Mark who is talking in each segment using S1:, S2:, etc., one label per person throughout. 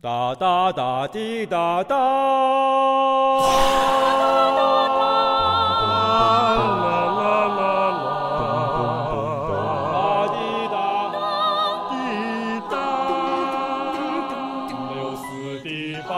S1: 哒哒哒滴哒哒。啦啦啦啦啦，哒滴哒滴哒，六四滴八。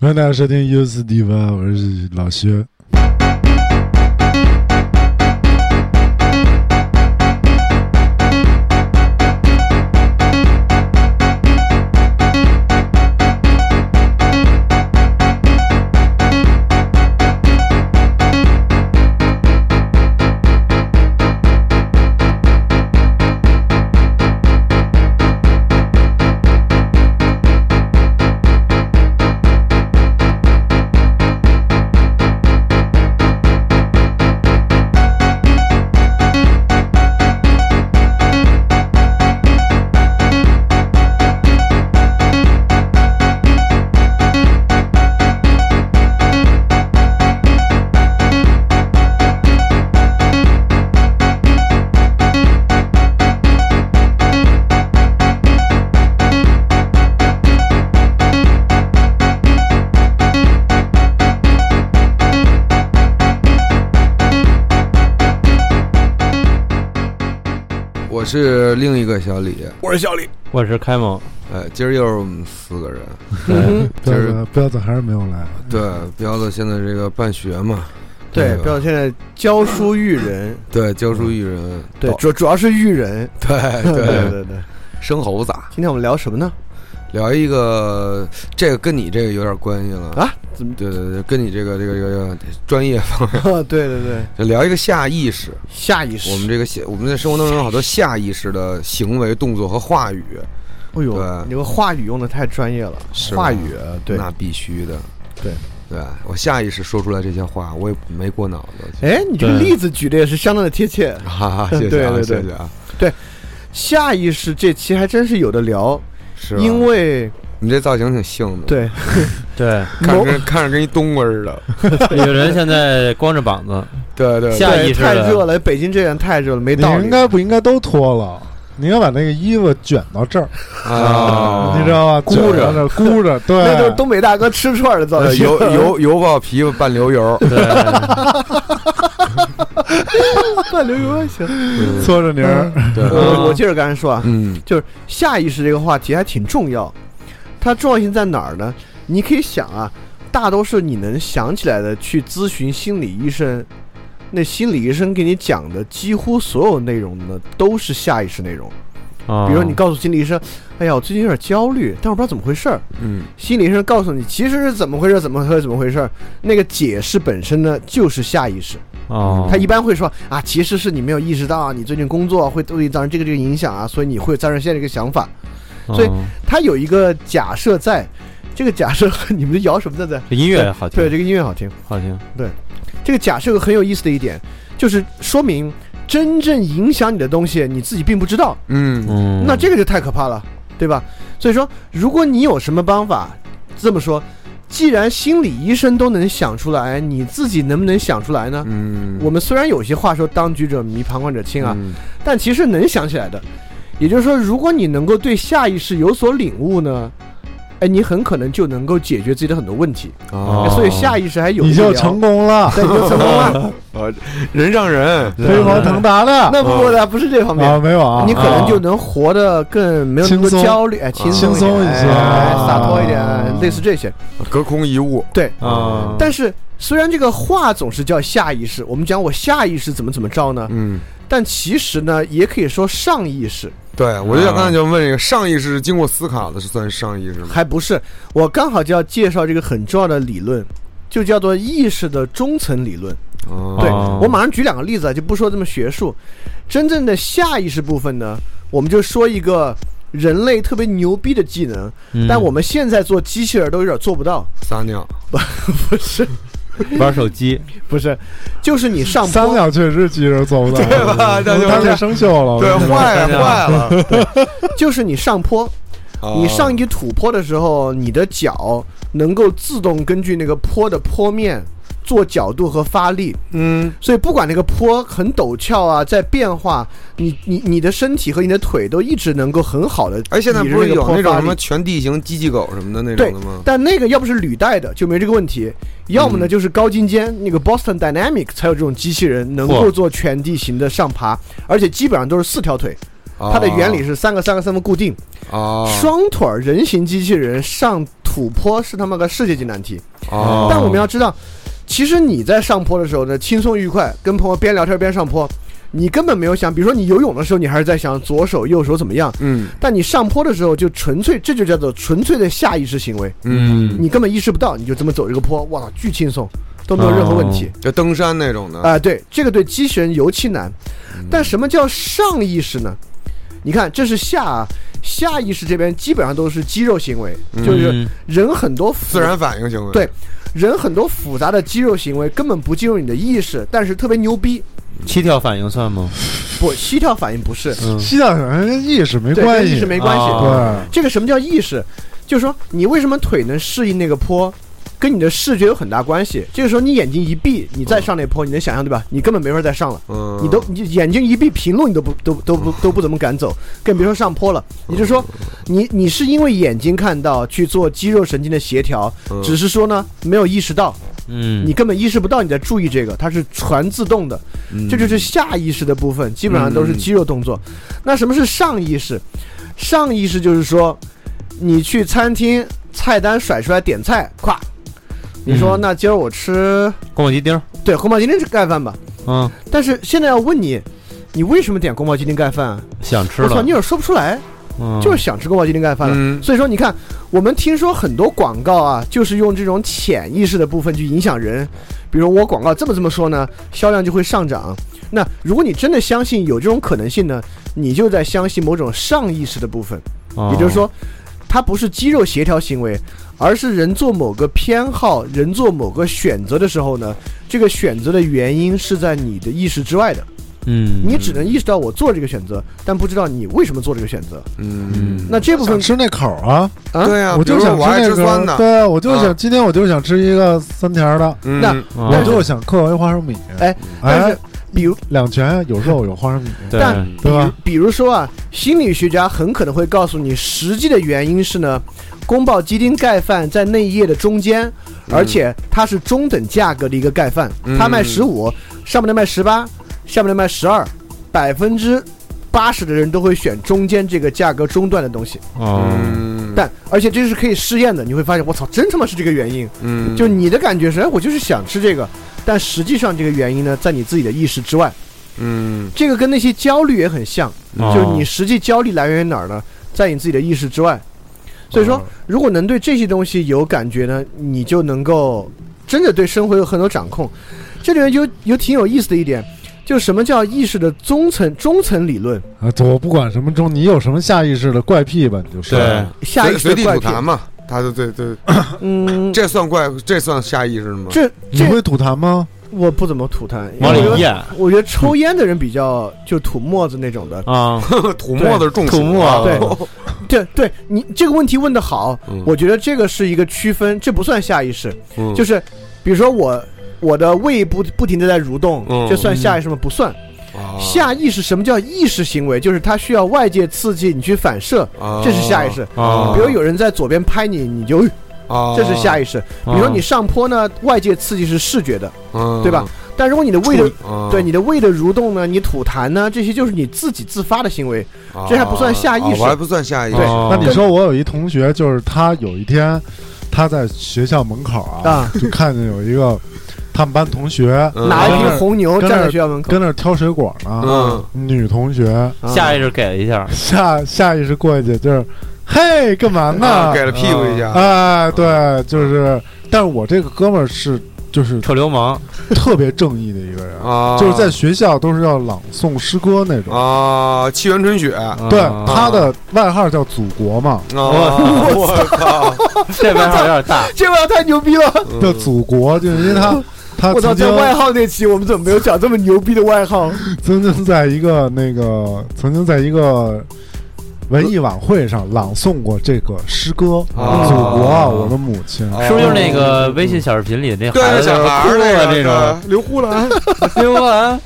S2: 欢迎大家收听优四 D 吧，我是老薛。
S3: 我是另一个小李，
S4: 我是小李，
S5: 我是开蒙，
S3: 哎，今儿又是我们四个人。
S2: 彪
S3: 就是
S2: 子，彪子还是没有来。
S3: 对，彪子现在这个办学嘛，
S4: 对
S3: 这，个
S4: 彪子现在教书育人，
S3: 对，教书育人，
S4: 对，
S3: 导
S4: 主主要是育人，
S3: 对
S4: 对
S3: 对，
S4: 对对。
S3: 生猴子啊，
S4: 今天我们聊什么 呢？
S3: 聊一个，这个跟你这个有点关系了。
S4: 啊，怎么？
S3: 对对对，跟你这个这个这个这个专业方面，
S4: 对对对，
S3: 就聊一个下意识。
S4: 下意识。
S3: 我们这个下，我们在生活当中有好多下意识的行为、动作和话语，
S4: 哎呦，
S3: 对
S4: 你这个话语用的太专业了，
S3: 是吧
S4: 话语对。
S3: 那必须的。
S4: 对
S3: 对，我下意识说出来这些话，我也没过脑子。
S4: 哎，你这个
S5: 对
S4: 例子举的也是相当的贴切。
S3: 哈哈， 谢谢
S4: 哎对
S3: 啊，
S4: 对
S3: 谢
S4: 对
S3: 谢啊。
S4: 下意识这期还真是有的聊，
S3: 是吧
S4: 因为
S3: 你这造型挺像的，，
S4: 对
S5: 对，
S3: 看着
S4: 某
S3: 跟看着跟一冬瓜似 的。
S5: 有人现在光着 膀子，
S3: 对对，
S5: 下
S4: 对
S5: 意识
S4: 太
S5: 的
S4: 热了，北京这样太热了，没
S2: 你
S4: 道理。
S2: 应该不应该都脱了？你应该把那个衣服卷到这儿，
S4: 哦
S3: 啊，
S2: 你知道吗？
S3: 箍
S2: 卷
S3: 着
S2: 到这儿箍 着，对，
S4: 那就是东北大哥吃串儿的造
S3: 呃
S4: 型。
S3: 油油油爆皮肤拌流油，
S5: 对，
S4: 半流油行。
S2: 搓着泥儿。
S4: 嗯
S3: 对，
S4: 我我接着刚才说啊，
S3: 嗯，
S4: 就是下意识这个话题还挺重要，它重要性在哪儿呢？你可以想啊，大都是你能想起来的去咨询心理医生，那心理医生给你讲的几乎所有内容呢，都是下意识内容。比
S5: 比
S4: 如说你告诉心理医生，哎呀，我最近有点焦虑，但我不知道怎么回事儿。
S3: 嗯，
S4: 心理医生告诉你其实是怎么回事儿，怎么回事儿，怎么回事儿。那个解释本身呢，就是下意识。
S5: 哦，
S4: 他一般会说啊，其实是你没有意识到啊，你最近工作会对你造成这个这个影响啊，所以你会造成现在这个想法。所以
S5: 哦
S4: 他有一个假设在，这个假设你们摇什么的 在？
S5: 这音乐好听，
S4: 对，这个音乐好听。
S5: 好听，
S4: 这个假设有个很有意思的一点，就是说明真正影响你的东西你自己并不知道，
S3: 嗯，
S5: 嗯，
S4: 那这个就太可怕了，对吧？所以说，如果你有什么方法，这么说，既然心理医生都能想出来，你自己能不能想出来呢？
S3: 嗯，
S4: 我们虽然有些话说当局者迷，旁观者清啊，
S3: 嗯
S4: 但其实能想起来的。也就是说，如果你能够对下意识有所领悟呢，哎，你很可能就能够解决自己的很多问题。
S5: 哦
S4: 哎所以下意识还有
S2: 你
S4: 一聊
S2: 就成功了，
S4: 对，你就成功了。
S3: 人上人，
S2: 飞黄腾达了。
S4: 那不呢，不是这方
S2: 啊，
S4: 面，
S2: 没有啊，
S4: 你可能就能活得更没有那么
S2: 轻松
S4: 多焦虑，哎，轻
S2: 轻松
S4: 一
S2: 一
S4: 点
S2: 些
S4: 哎洒脱一点
S2: 啊，
S4: 类似这些。
S3: 隔空一物，
S4: 对，
S5: 啊，
S4: 但是虽然这个话总是叫下意识，我们讲我下意识怎么怎么着呢？
S3: 嗯，
S4: 但其实呢，也可以说上意识，
S3: 对，我就
S4: 啊
S3: 想刚才就问这个上意识经过思考的是算上意识吗？
S4: 还不是。我刚好就要介绍这个很重要的理论，就叫做意识的中层理论。
S3: 哦
S4: 对
S5: 哦
S4: 我马上举两个例子啊，就不说这么学术。真正的下意识部分呢，我们就说一个人类特别牛逼的技能，
S5: 嗯
S4: 但我们现在做机器人都有点做不到。
S3: 撒尿，
S4: 不是，
S5: 玩手机，
S4: 不是，就是你上
S2: 啊三
S4: 坡，
S2: 秒确实肌肉做不到，
S3: 对吧那就是
S2: 他给生锈了。
S3: 对，
S2: 我跟你说
S3: 坏了坏 了，
S4: 就是你上坡，
S3: 哦
S4: 你上一土坡的时候，你的脚能够自动根据那个坡的坡面做角度和发力，
S3: 嗯
S4: 所以不管那个坡很陡峭啊，在变化，你你你的身体和你的腿都一直能够很好的。
S3: 哎，现在不是有那种什么
S4: 力？
S3: 全地形机器狗什么的那种的吗？
S4: 但那个要不是履带的就没这个问题，要么呢就是高精尖，那个 Boston Dynamic 才有这种机器人能够
S5: 嚯
S4: 做全地形的上爬，而且基本上都是四条腿，它的原理是三个三个三个固定，
S3: 哦，
S4: 双腿儿人形机器人上土坡是他妈个世界级难题。
S3: 哦，
S4: 但我们要知道，其实你在上坡的时候呢，轻松愉快，跟朋友边聊天边上坡，你根本没有想，比如说你游泳的时候，你还是在想左手右手怎么样，
S3: 嗯
S4: 但你上坡的时候就纯粹，这就叫做纯粹的下意识行为，
S3: 嗯，
S4: 你根本意识不到，你就这么走这个坡，哇，巨轻松，都没有任何问题。
S3: 就登山那种的
S4: 啊、对，这个对机器人尤其难。
S3: 嗯
S4: 但什么叫上意识呢？你看，这是下啊下意识这边基本上都是肌肉行为，就是
S5: 嗯
S4: 人很多复
S3: 自然反应行为，
S4: 对人很多复杂的肌肉行为根本不进入你的意识，但是特别牛逼。
S5: 七跳反应算吗？
S4: 不，膝跳反应不是，
S5: 嗯
S2: 西藏人跟意识没
S4: 对，
S2: 关
S4: 跟
S2: 系，
S4: 意识没关系。
S5: 啊
S2: 对，
S4: 这个什么叫意识？就是说你为什么腿能适应那个坡，跟你的视觉有很大关系。这个时候你眼睛一闭，你再上那坡，你能想象对吧？你根本没法再上了。
S3: 嗯，
S4: 你都你眼睛一闭，平路你都不都都不都不怎么敢走，更别说上坡了。也就是说，你你是因为眼睛看到去做肌肉神经的协调，
S3: 嗯
S4: 只是说呢没有意识到，
S5: 嗯，
S4: 你根本意识不到你在注意这个，它是全自动的，
S3: 嗯
S5: 嗯
S4: 这就是下意识的部分，基本上都是肌肉动作。那什么是上意识？上意识就是说，你去餐厅菜单甩出来点菜，咵，你说、
S5: 嗯
S4: 那今儿我吃
S5: 宫保鸡丁，
S4: 对宫保鸡丁盖饭吧，
S5: 嗯，
S4: 但是现在要问你，你为什么点宫保鸡丁盖饭啊？
S5: 想吃
S4: 我操，
S5: 了
S4: 你，有点说不出来，
S5: 嗯
S4: 就是想吃宫保鸡丁盖饭了。啊
S3: 嗯
S4: 所以说，你看，我们听说很多广告啊，就是用这种潜意识的部分去影响人。比如我广告这么这么说呢，销量就会上涨。那如果你真的相信有这种可能性呢，你就在相信某种上意识的部分，
S2: 啊
S4: 也就是，说，它不是肌肉协调行为，而是人做某个偏好、人做某个选择的时候呢，这个选择的原因是在你的意识之外的。
S5: 哦嗯，
S4: 你只能意识到我做这个选择，但不知道你为什么做这个选择。
S3: 嗯，
S4: 那这部分
S2: 想吃那口啊，
S4: 啊
S3: 对呀，
S2: 我
S3: 比如
S2: 就
S3: 说
S2: 想
S3: 我爱
S2: 那
S3: 吃酸
S2: 个，
S3: 的，
S2: 对，我就
S3: 啊
S2: 想今天我就想吃一个三条的，
S3: 嗯
S4: 那
S5: 啊，
S2: 我就想嗑一花生米，
S4: 哎，但
S2: 哎
S4: 是，比如，
S2: 两全有肉有花生米，
S5: 对
S4: 但
S2: 对吧？
S4: 比如说啊，心理学家很可能会告诉你，实际的原因是呢，宫保鸡丁盖饭在那一页的中间，而且它是中等价格的一个盖饭，
S3: 嗯
S4: 它卖十五，上面的卖十八，下面的卖十二，百分之八十的人都会选中间这个价格中段的东西。
S5: 哦，
S3: 嗯，
S4: 但而且这是可以试验的，你会发现，我操，真他妈是这个原因。
S3: 嗯，
S4: 就你的感觉是，哎，我就是想吃这个，但实际上这个原因呢，在你自己的意识之外。
S3: 嗯
S4: 这个跟那些焦虑也很像，
S5: 哦
S4: 就是你实际焦虑来源于哪儿呢？在你自己的意识之外。所以说
S3: 嗯
S2: 哦，
S4: 如果能对这些东西有感觉呢，你就能够真的对生活有很有掌控。这里面有有挺有意思的一点，就是什么叫意识的中层中层理论，
S2: 啊，我不管什么中，你有什么下意识的怪癖吧，你就说。
S5: 对，
S4: 下意
S3: 随
S4: 识
S3: 随
S4: 的
S3: 地
S4: 怪
S3: 吐
S4: 癖。
S3: 痰嘛，他就对对，
S4: 嗯，
S3: 这算怪，这算下意识吗？
S4: 这
S2: 你
S4: 这
S2: 会吐痰吗？
S4: 我不怎么吐痰，
S5: 往
S4: 我觉得
S5: 里咽
S4: 我觉得抽烟的人比较就吐沫子那种 的，
S5: 啊，
S3: 吐沫子是中暑
S5: 吐沫
S4: 对， 对对，你这个问题问的好，
S3: 嗯
S4: 我觉得这个是一个区分，这不算下意识，
S3: 嗯
S4: 就是比如说我我的胃不不停的在蠕动，
S3: 嗯
S4: 这算下意识吗？不算。
S3: 啊
S4: 嗯下意识什么叫意识行为？就是它需要外界刺激你去反射，
S3: 啊
S4: 这是下意识。嗯
S3: 啊
S4: 嗯比如有人在左边拍你，你就
S3: 啊，
S4: 这是下意识。比如说你
S5: 啊
S4: 上坡呢，外界刺激是视觉的，
S3: 嗯
S4: 对吧？？但如果你的胃的
S3: 啊
S4: 对你的胃的蠕动呢，你吐痰呢，这些就是你自己自发的行为。
S3: 啊
S4: 这还不算下意识
S3: 啊我还不算下意识
S4: 对
S5: 哦
S2: 那你说我有一同学，就是他有一天，他在学校门口啊
S4: 啊，
S2: 就看见有一个他们班同学
S3: 嗯
S4: 拿一瓶红牛
S2: 跟
S4: 站
S2: 那儿
S4: 在学校门口，
S2: 跟那儿挑水果呢，
S3: 嗯
S2: 女同学
S4: 啊
S5: 下意识给了一下，
S2: 下下意识过去就是，嘿，干嘛呢
S3: 啊？给了啊屁股一下
S2: 哎，对，就是，但是我这个哥们儿是就是
S5: 臭流氓，
S2: 特别正义的一个人，
S3: 啊，
S2: 就是在学校都是要朗诵诗歌那种。
S3: 啊，气源春雪 啊，
S5: 啊
S2: 对，他的外号叫祖国嘛，
S3: 我操，
S5: 这边号有点大，
S4: 这玩意儿太牛逼了！
S3: 嗯
S2: 叫祖国，就是因为他他
S4: 我操，
S2: 曾经
S4: 在外号那期我们怎么没有讲这么牛逼的外 号？
S2: 曾经在一个那个曾经在一个文艺晚会上朗诵过这个诗歌，
S3: 啊
S2: 祖国啊，我的母亲。
S3: 啊
S5: 是不是就是那个微信小视频里那
S3: 对
S5: 孩子
S3: 小孩儿
S5: 哭
S3: 那
S5: 了
S3: 个
S5: 那种？
S3: 刘胡兰
S5: 新闻，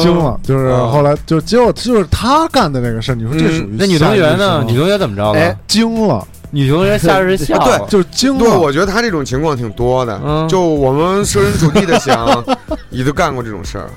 S2: 惊了，就是
S3: 啊
S2: 后来就结果就是他干的这个事儿，你说这属于
S5: 嗯那女同学呢？女
S2: 下意识吗
S5: 同学怎么着
S4: 哎
S5: 了？
S2: 惊了，
S5: 女同学下意识笑，
S3: 对
S2: 就是惊
S3: 对，
S2: 了，
S3: 我觉得他这种情况挺多的，
S5: 嗯
S3: 就我们设身处地的想，也都干过这种事儿。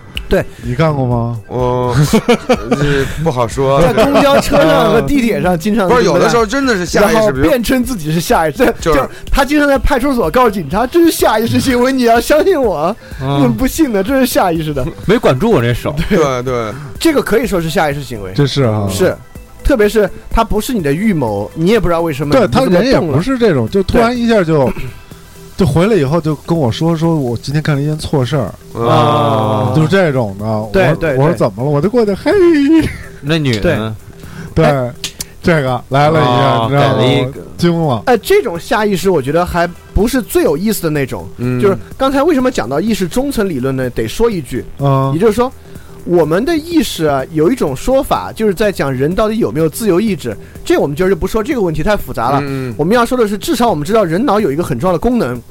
S2: 你干过吗？
S3: 我这不好说，
S4: 在公交车上
S2: 嗯
S4: 和地铁上经常
S3: 不是有的时
S4: 候。
S3: 候真的是下
S4: 然
S3: 意
S4: 后
S3: 识，比如
S4: 辩称自己是下意识，
S3: 就
S4: 就是是他经常在派出所告诉警察，这是下意识行为，你要相信我。你们
S5: 嗯，
S4: 不信的，这是下意 识的，
S5: 没管住我这手，
S3: 对对，
S4: 这个可以说是下意识行为，
S2: 这是啊，
S4: 是，特别是他不是你的预谋，你也不知道为什么，
S2: 对
S4: 你就
S2: 他
S4: 这么
S2: 人也
S4: 动了
S2: 不是这种，就突然一下就就回来以后就跟我说说我今天干了一件错事儿，
S3: 嗯
S5: 啊
S2: 就是这种的。
S4: 对
S2: 我说
S4: 对
S2: 我说
S4: 对
S2: 怎么了？我就过去嘿，
S5: 那女的
S4: 对
S5: 呢
S2: 对，这个来了
S5: 哦
S2: 一下，
S5: 给
S2: 你
S5: 了
S2: 知
S5: 一
S2: 道吗？惊了，
S4: 哎，这种下意识，我觉得还不是最有意思的那种。
S3: 嗯，
S4: 就是刚才为什么讲到意识中层理论呢？得说一句，也
S2: 嗯
S4: 就是说，我们的意识啊，有一种说法，就是在讲人到底有没有自由意志。这我们今儿就不说这个问题，太复杂了。
S3: 嗯
S4: 我们要说的是，至少我们知道人脑有一个很重要的功能，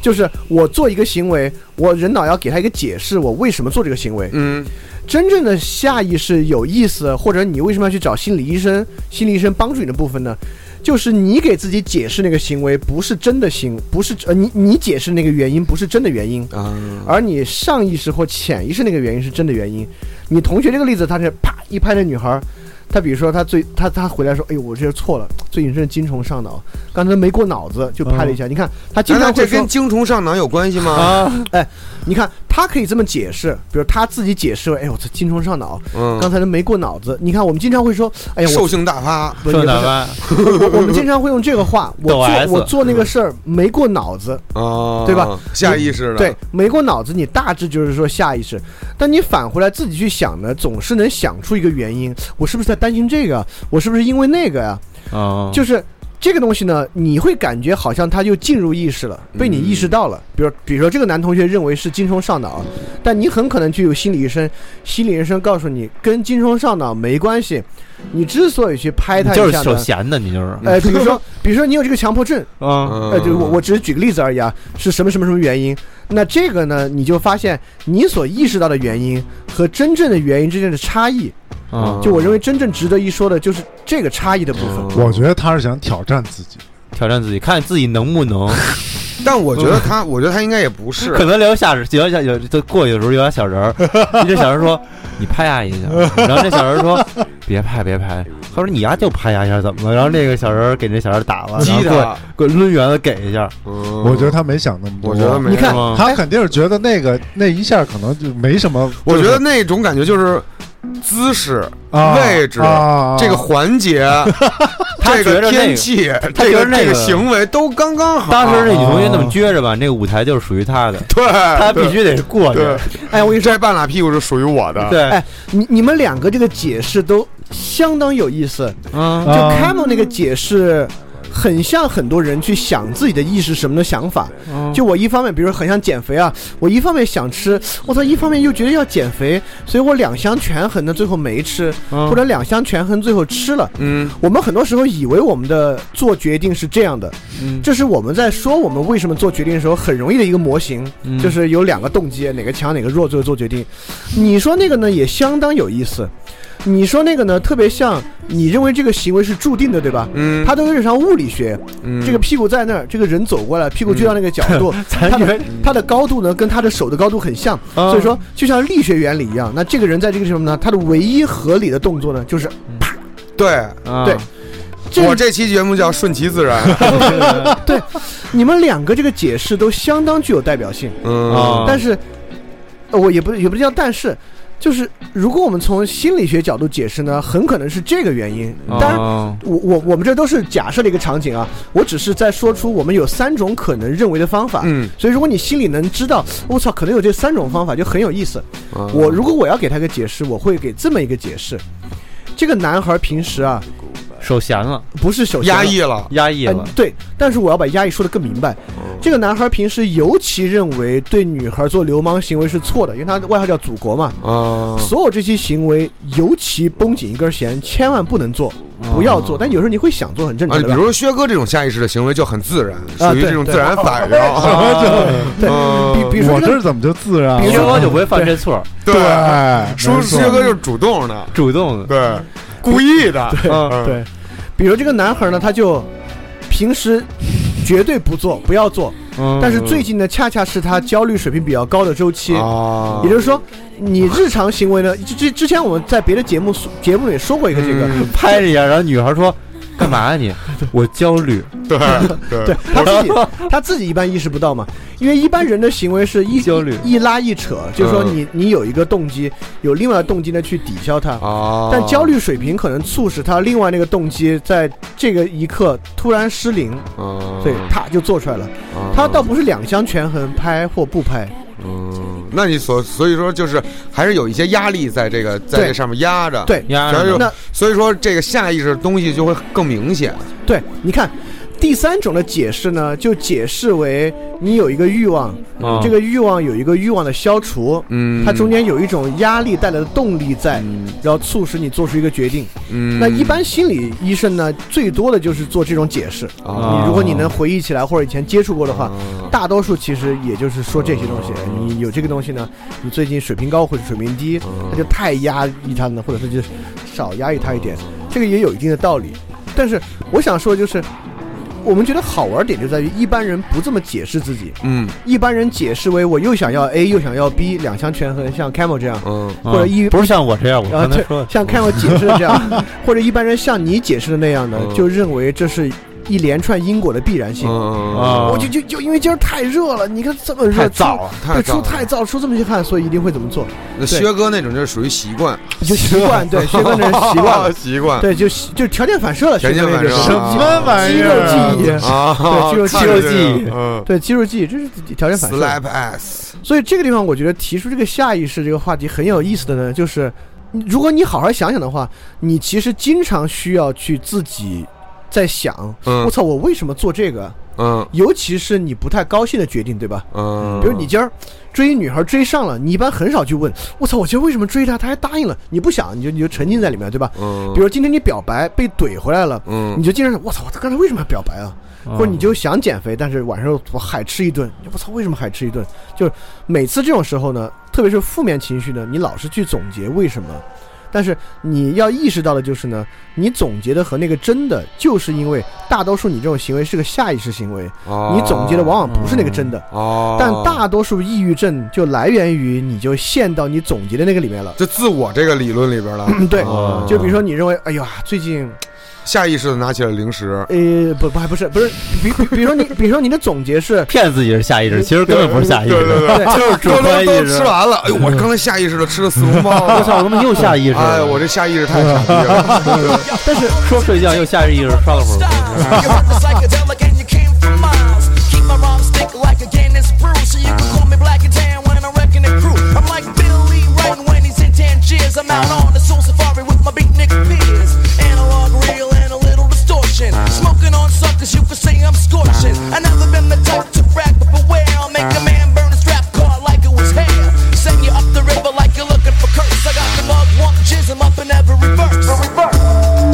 S4: 就是我做一个行为，我人脑要给他一个解释，我为什么做这个行为。
S3: 嗯
S4: 真正的下意识有意思，或者你为什么要去找心理医生？心理医生帮助你的部分呢，就是你给自己解释那个行为不是真的行，不是呃你你解释那个原因不是真的原因，
S3: 啊，
S4: 而你上意识或潜意识那个原因是真的原因。你同学这个例子，他是啪一拍那女孩儿，他比如说他最他他回来说，哎呦我这是错了，最近真是精虫上脑，刚才没过脑子就拍了一下。你看他经
S3: 那
S4: 常会
S3: 这
S4: 说
S3: 跟，精虫上脑有关系吗？
S5: 啊？
S4: 你看他可以这么解释，比如他自己解释，哎呦我这精虫上脑，
S3: 嗯，
S4: 刚才都没过脑子。你看，我们经常会说，哎呀，
S3: 兽
S4: 我
S3: 性大发，
S4: 不是
S5: 说
S4: 也不
S5: 哪
S4: 是
S5: 吧？
S4: 我我们经常会用这个话，我
S5: 抖 S
S4: 做我做那个事儿没过脑子，
S3: 啊，
S4: 对吧？
S3: 下意识的，
S4: 对，没过脑子，你大致就是说下意识。但你返回来自己去想呢，总是能想出一个原因，我是不是在担心这个？我是不是因为那个呀？
S5: 啊，
S4: 就是。这个东西呢，你会感觉好像他就进入意识了，
S5: 嗯
S4: 被你意识到了。比如，比如说这个男同学认为是精虫上脑，但你很可能就有心理医生，心理医生告诉你跟精虫上脑没关系，你之所以去拍
S5: 你
S4: 他
S5: 就
S4: 一
S5: 是
S4: 下
S5: 手
S4: 呢，
S5: 闲的，你就是
S4: 呃，比如说， 比如说你有这个强迫症，
S5: 啊，
S3: 嗯，
S4: 呃，就我我只是举个例子而已啊，是什么什么什么原因？那这个呢，你就发现你所意识到的原因和真正的原因之间的差异。
S5: 啊，
S4: 就我认为真正值得一说的就是这个差异的部分。
S2: 我觉得他是想挑战自己，
S5: 挑战自己，看自己能不能。
S3: 但我觉得他，我觉得他应该也不是
S5: 可能聊下有点小有就过去的时候有点小人 儿，一这小人说你拍呀一下，然后这小人说别拍别拍，他说你呀就拍呀一下怎么了？然后那个小人给那小人打了，
S3: 激
S5: 然后过
S3: 他
S5: 来，过来抡圆了给一下，
S3: 嗯
S2: 我觉得他没想那么多。
S3: 我觉得没
S4: 你看
S5: 是吗
S2: 他肯定是觉得那个那一下可能就没什么，
S3: 我觉
S2: 就
S3: 得
S2: 是
S3: 那种感觉就是姿势、
S2: 啊
S3: 位置、
S2: 啊
S3: 这个环节、
S5: 他
S3: 这
S5: 觉着那
S3: 天
S5: 个
S3: 气、
S5: 他
S3: 这
S5: 觉得
S3: 个
S5: 那
S3: 这个
S5: 个
S3: 行为都刚刚好。
S5: 当时那女同学那么撅着吧，那个舞台就是属于她的，
S3: 啊对，
S5: 她必须得过去。
S3: 对。啊
S4: 哎，我跟你说，
S3: 这半拉屁股是属于我的。，
S5: 对，
S4: 哎，你你们两个这个解释都相当有意思。
S5: 嗯
S4: 就
S2: 啊
S4: Camel 那个解释很像很多人去想自己的意识什么的想法。就我一方面，比如说很想减肥啊，我一方面想吃，我操，一方面又觉得要减肥，所以我两相权衡的，最后没吃，
S5: 嗯
S4: 或者两相权衡最后吃了。
S3: 嗯
S4: 我们很多时候以为我们的做决定是这样的，
S3: 嗯
S4: 这是我们在说我们为什么做决定的时候很容易的一个模型，就是有两个动机，哪个强哪个弱，最后做决定。你说那个呢，也相当有意思。你说那个呢，特别像你认为这个行为是注定的，对吧？
S3: 嗯，
S4: 它都有点像物理学，
S3: 嗯
S4: 这个屁股在那儿，这个人走过来，屁股就到那个角度，
S5: 咱
S4: 它
S5: 以
S4: 的
S5: 为
S4: 它的高度呢跟他的手的高度很像，所以说就像力学原理一样。那这个人在这个什么呢？他的唯一合理的动作呢，就是
S3: 对
S5: 嗯
S4: 对这
S3: 我这期节目叫顺其自然，
S4: 你们两个这个解释都相当具有代表性。
S3: 嗯
S5: 啊
S4: 但是，呃我也不也不叫但是，就是如果我们从心理学角度解释呢，很可能是这个原因。
S3: 啊
S5: 嗯
S4: 当然，
S5: 然
S4: 我我我们这都是假设的一个场景啊，我只是在说出我们有三种可能认为的方法。
S3: 嗯，
S4: 所以，如果你心里能知道，我操，可能有这三种方法，就很有意思。
S3: 嗯啊
S4: 我如果我要给他一个解释，我会给这么一个解释：这个男孩平时啊，
S5: 手闲了，
S4: 不是首先
S3: 压抑了，哦
S5: 压抑
S4: 嗯
S5: 了，，
S4: 对，但是我要把压抑说的更明白。这个男孩平时尤其认为对女孩做流氓行为是错的，因为他的外号叫祖国嘛。
S3: 啊
S4: 所有这些行为，尤其绷紧一根弦，千万不能做，不要做。但有时候你会想做，很正
S3: 嗯啊，
S4: 常
S3: 比
S4: 的吧。
S3: 如薛哥这种下意识的行为就很自然，
S4: 啊
S3: 属于
S4: 对
S3: 这种
S4: 对
S3: 自然 反应。
S4: 对
S3: 嗯
S4: 比比如说
S2: 我
S4: 这
S2: 这
S4: 个
S2: 儿怎么就自然了？
S5: 薛哥就不会犯这错，
S3: 对，
S2: 对，
S3: 说
S2: 没错
S3: 薛哥就是主动的，
S5: 主动的，
S3: 对，故意的，
S5: 嗯
S4: 对，比如这个男孩呢，他就平时绝对不做，不要做。
S5: 嗯
S4: 但是最近呢，恰恰是他焦虑水平比较高的周期。
S3: 啊
S4: 也就是说，你日常行为呢，之之之前我们在别的节目节目里说过一个这个，
S3: 嗯
S5: 拍了一下，然后女孩说：“干嘛呀你？我焦虑。
S3: 对 对
S4: 对他自己， 他自己一般意识不到嘛，因为一般人的行为是一
S5: 焦虑嗯
S4: 一拉一扯，就是说你你有一个动机，有另外的动机呢去抵消它，
S3: 啊
S4: 但焦虑水平可能促使他另外那个动机在这个一刻突然失灵，
S3: 嗯啊
S4: 所以他就做出来了。
S5: 嗯
S4: 他倒不是两相权衡，拍或不拍，
S3: 嗯，那你所所以说就是还是有一些压力在这个在
S4: 对
S3: 这上面压着，
S4: 对”
S5: 压
S3: 然后
S5: 着
S3: 就
S5: 呢，啊
S4: 那
S3: 所以说这个下意识的东西就会更明显。
S4: 对，你看。第三种的解释呢，就解释为你有一个欲望，
S5: 嗯
S4: 这个欲望有一个欲望的消除，
S3: 嗯，
S4: 它中间有一种压力带来的动力在，
S5: 嗯
S4: 然后促使你做出一个决定。
S3: 嗯，
S4: 那一般心理医生呢，最多的就是做这种解释。
S3: 啊
S4: 你如果你能回忆起来，或者以前接触过的话，大多数其实也就是说这些东西。你有这个东西呢，你最近水平高或者水平
S3: 嗯
S4: 低，那就太压抑它呢，或者是就少压抑它一点，这个也有一定的道理。但是我想说的就是。我们觉得好玩点就在于一般人不这么解释自己，
S3: 嗯
S4: 一般人解释为我又想要 A 又想要 B 两相权衡，像 Camel 这样，
S3: 嗯
S5: 嗯
S4: 或者一
S5: 不是像我这样，我
S4: 啊
S5: 刚才
S4: 对
S5: 说，的
S4: 像 Camel 解释的这样，或者一般人像你解释的那样呢，
S3: 嗯
S4: 就认为这是一连串因果的必然性。
S3: 嗯
S5: 啊
S4: 我就就就因为今儿太热了，你看这么热，
S5: 太燥了，
S4: 出，
S3: 太
S4: 对，出太燥，出这么些汗，所以一定会怎么做？
S3: 那薛哥那种就是属于习 惯，
S4: 就习惯，对，学哥那是习惯 了，
S3: 习惯
S4: 对，就习就条件反射了，
S3: 条件
S4: 学哥那
S3: 反
S4: 是
S3: 射
S2: 什么玩
S4: 肌
S2: 意儿啊？
S4: 肉记忆，
S3: 啊，
S4: 对肌肉
S5: 肌肉
S3: 看着
S5: 记忆
S3: 这个嗯
S4: 对，肌肉记忆，这是条件反射。
S3: ，slap ass，
S4: 所以这个地方，我觉得提出这个下意识这个话题很有意思的呢，就是你如果你好好想想的话，你其实经常需要去自己在想，
S3: 嗯
S4: 我操，我为什么做这个？
S3: 嗯
S4: 尤其是你不太高兴的决定，对吧？
S3: 嗯，
S4: 比如你今儿追女孩追上了，你一般很少去问，我操，我今儿为什么追她？她还答应了，你不想，你就你就沉浸在里面，对吧？
S3: 嗯，
S4: 比如今天你表白被怼回来了，
S3: 嗯
S4: 你就经常想，我操，我刚才为什么要表白啊？或者你就想减肥，但是晚上我海吃一顿，我操，为什么海吃一顿？就是每次这种时候呢，特别是负面情绪呢，你老是去总结为什么，但是你要意识到的就是呢，你总结的和那个真的，就是因为大多数你这种行为是个下意识行为，
S3: 哦
S4: 你总结的往往不是那个真的，
S3: 哦，
S4: 但大多数抑郁症就来源于你就陷到你总结的那个里面了。
S3: 就自我这个理论里边了，
S4: 嗯对
S3: 哦，
S4: 就比如说你认为，哎呀，最近
S3: 下意识的拿起了零食，
S4: 呃不不还不是不是，比比比如说你比如说你的总结是。
S5: 骗自己是下意识，其实根本不是下意识，
S3: 对对对，
S5: 就是主
S3: 都
S5: 观
S3: 都
S5: 意
S3: 都
S5: 识
S3: 吃。完了，哎呦，我
S4: 嗯
S3: 刚才下意识的吃了四 笼包，
S5: 我操，我他妈又下意识了！
S3: 哎，我这下意识太傻逼了，
S5: 但是说睡觉又下意识刷了会儿。
S6: You're at the psychedelic and you came from miles. Keep my rhymes thick like a Guinness brew, so you can call me Black and Tan when I'm wrecking the crew. I'm like Billy Wright when he's in Tangiers. I'm out on the soul safari with my big Nick peers. Analog, real, and a little distortion. Smoking on suckers 'em up in every verse.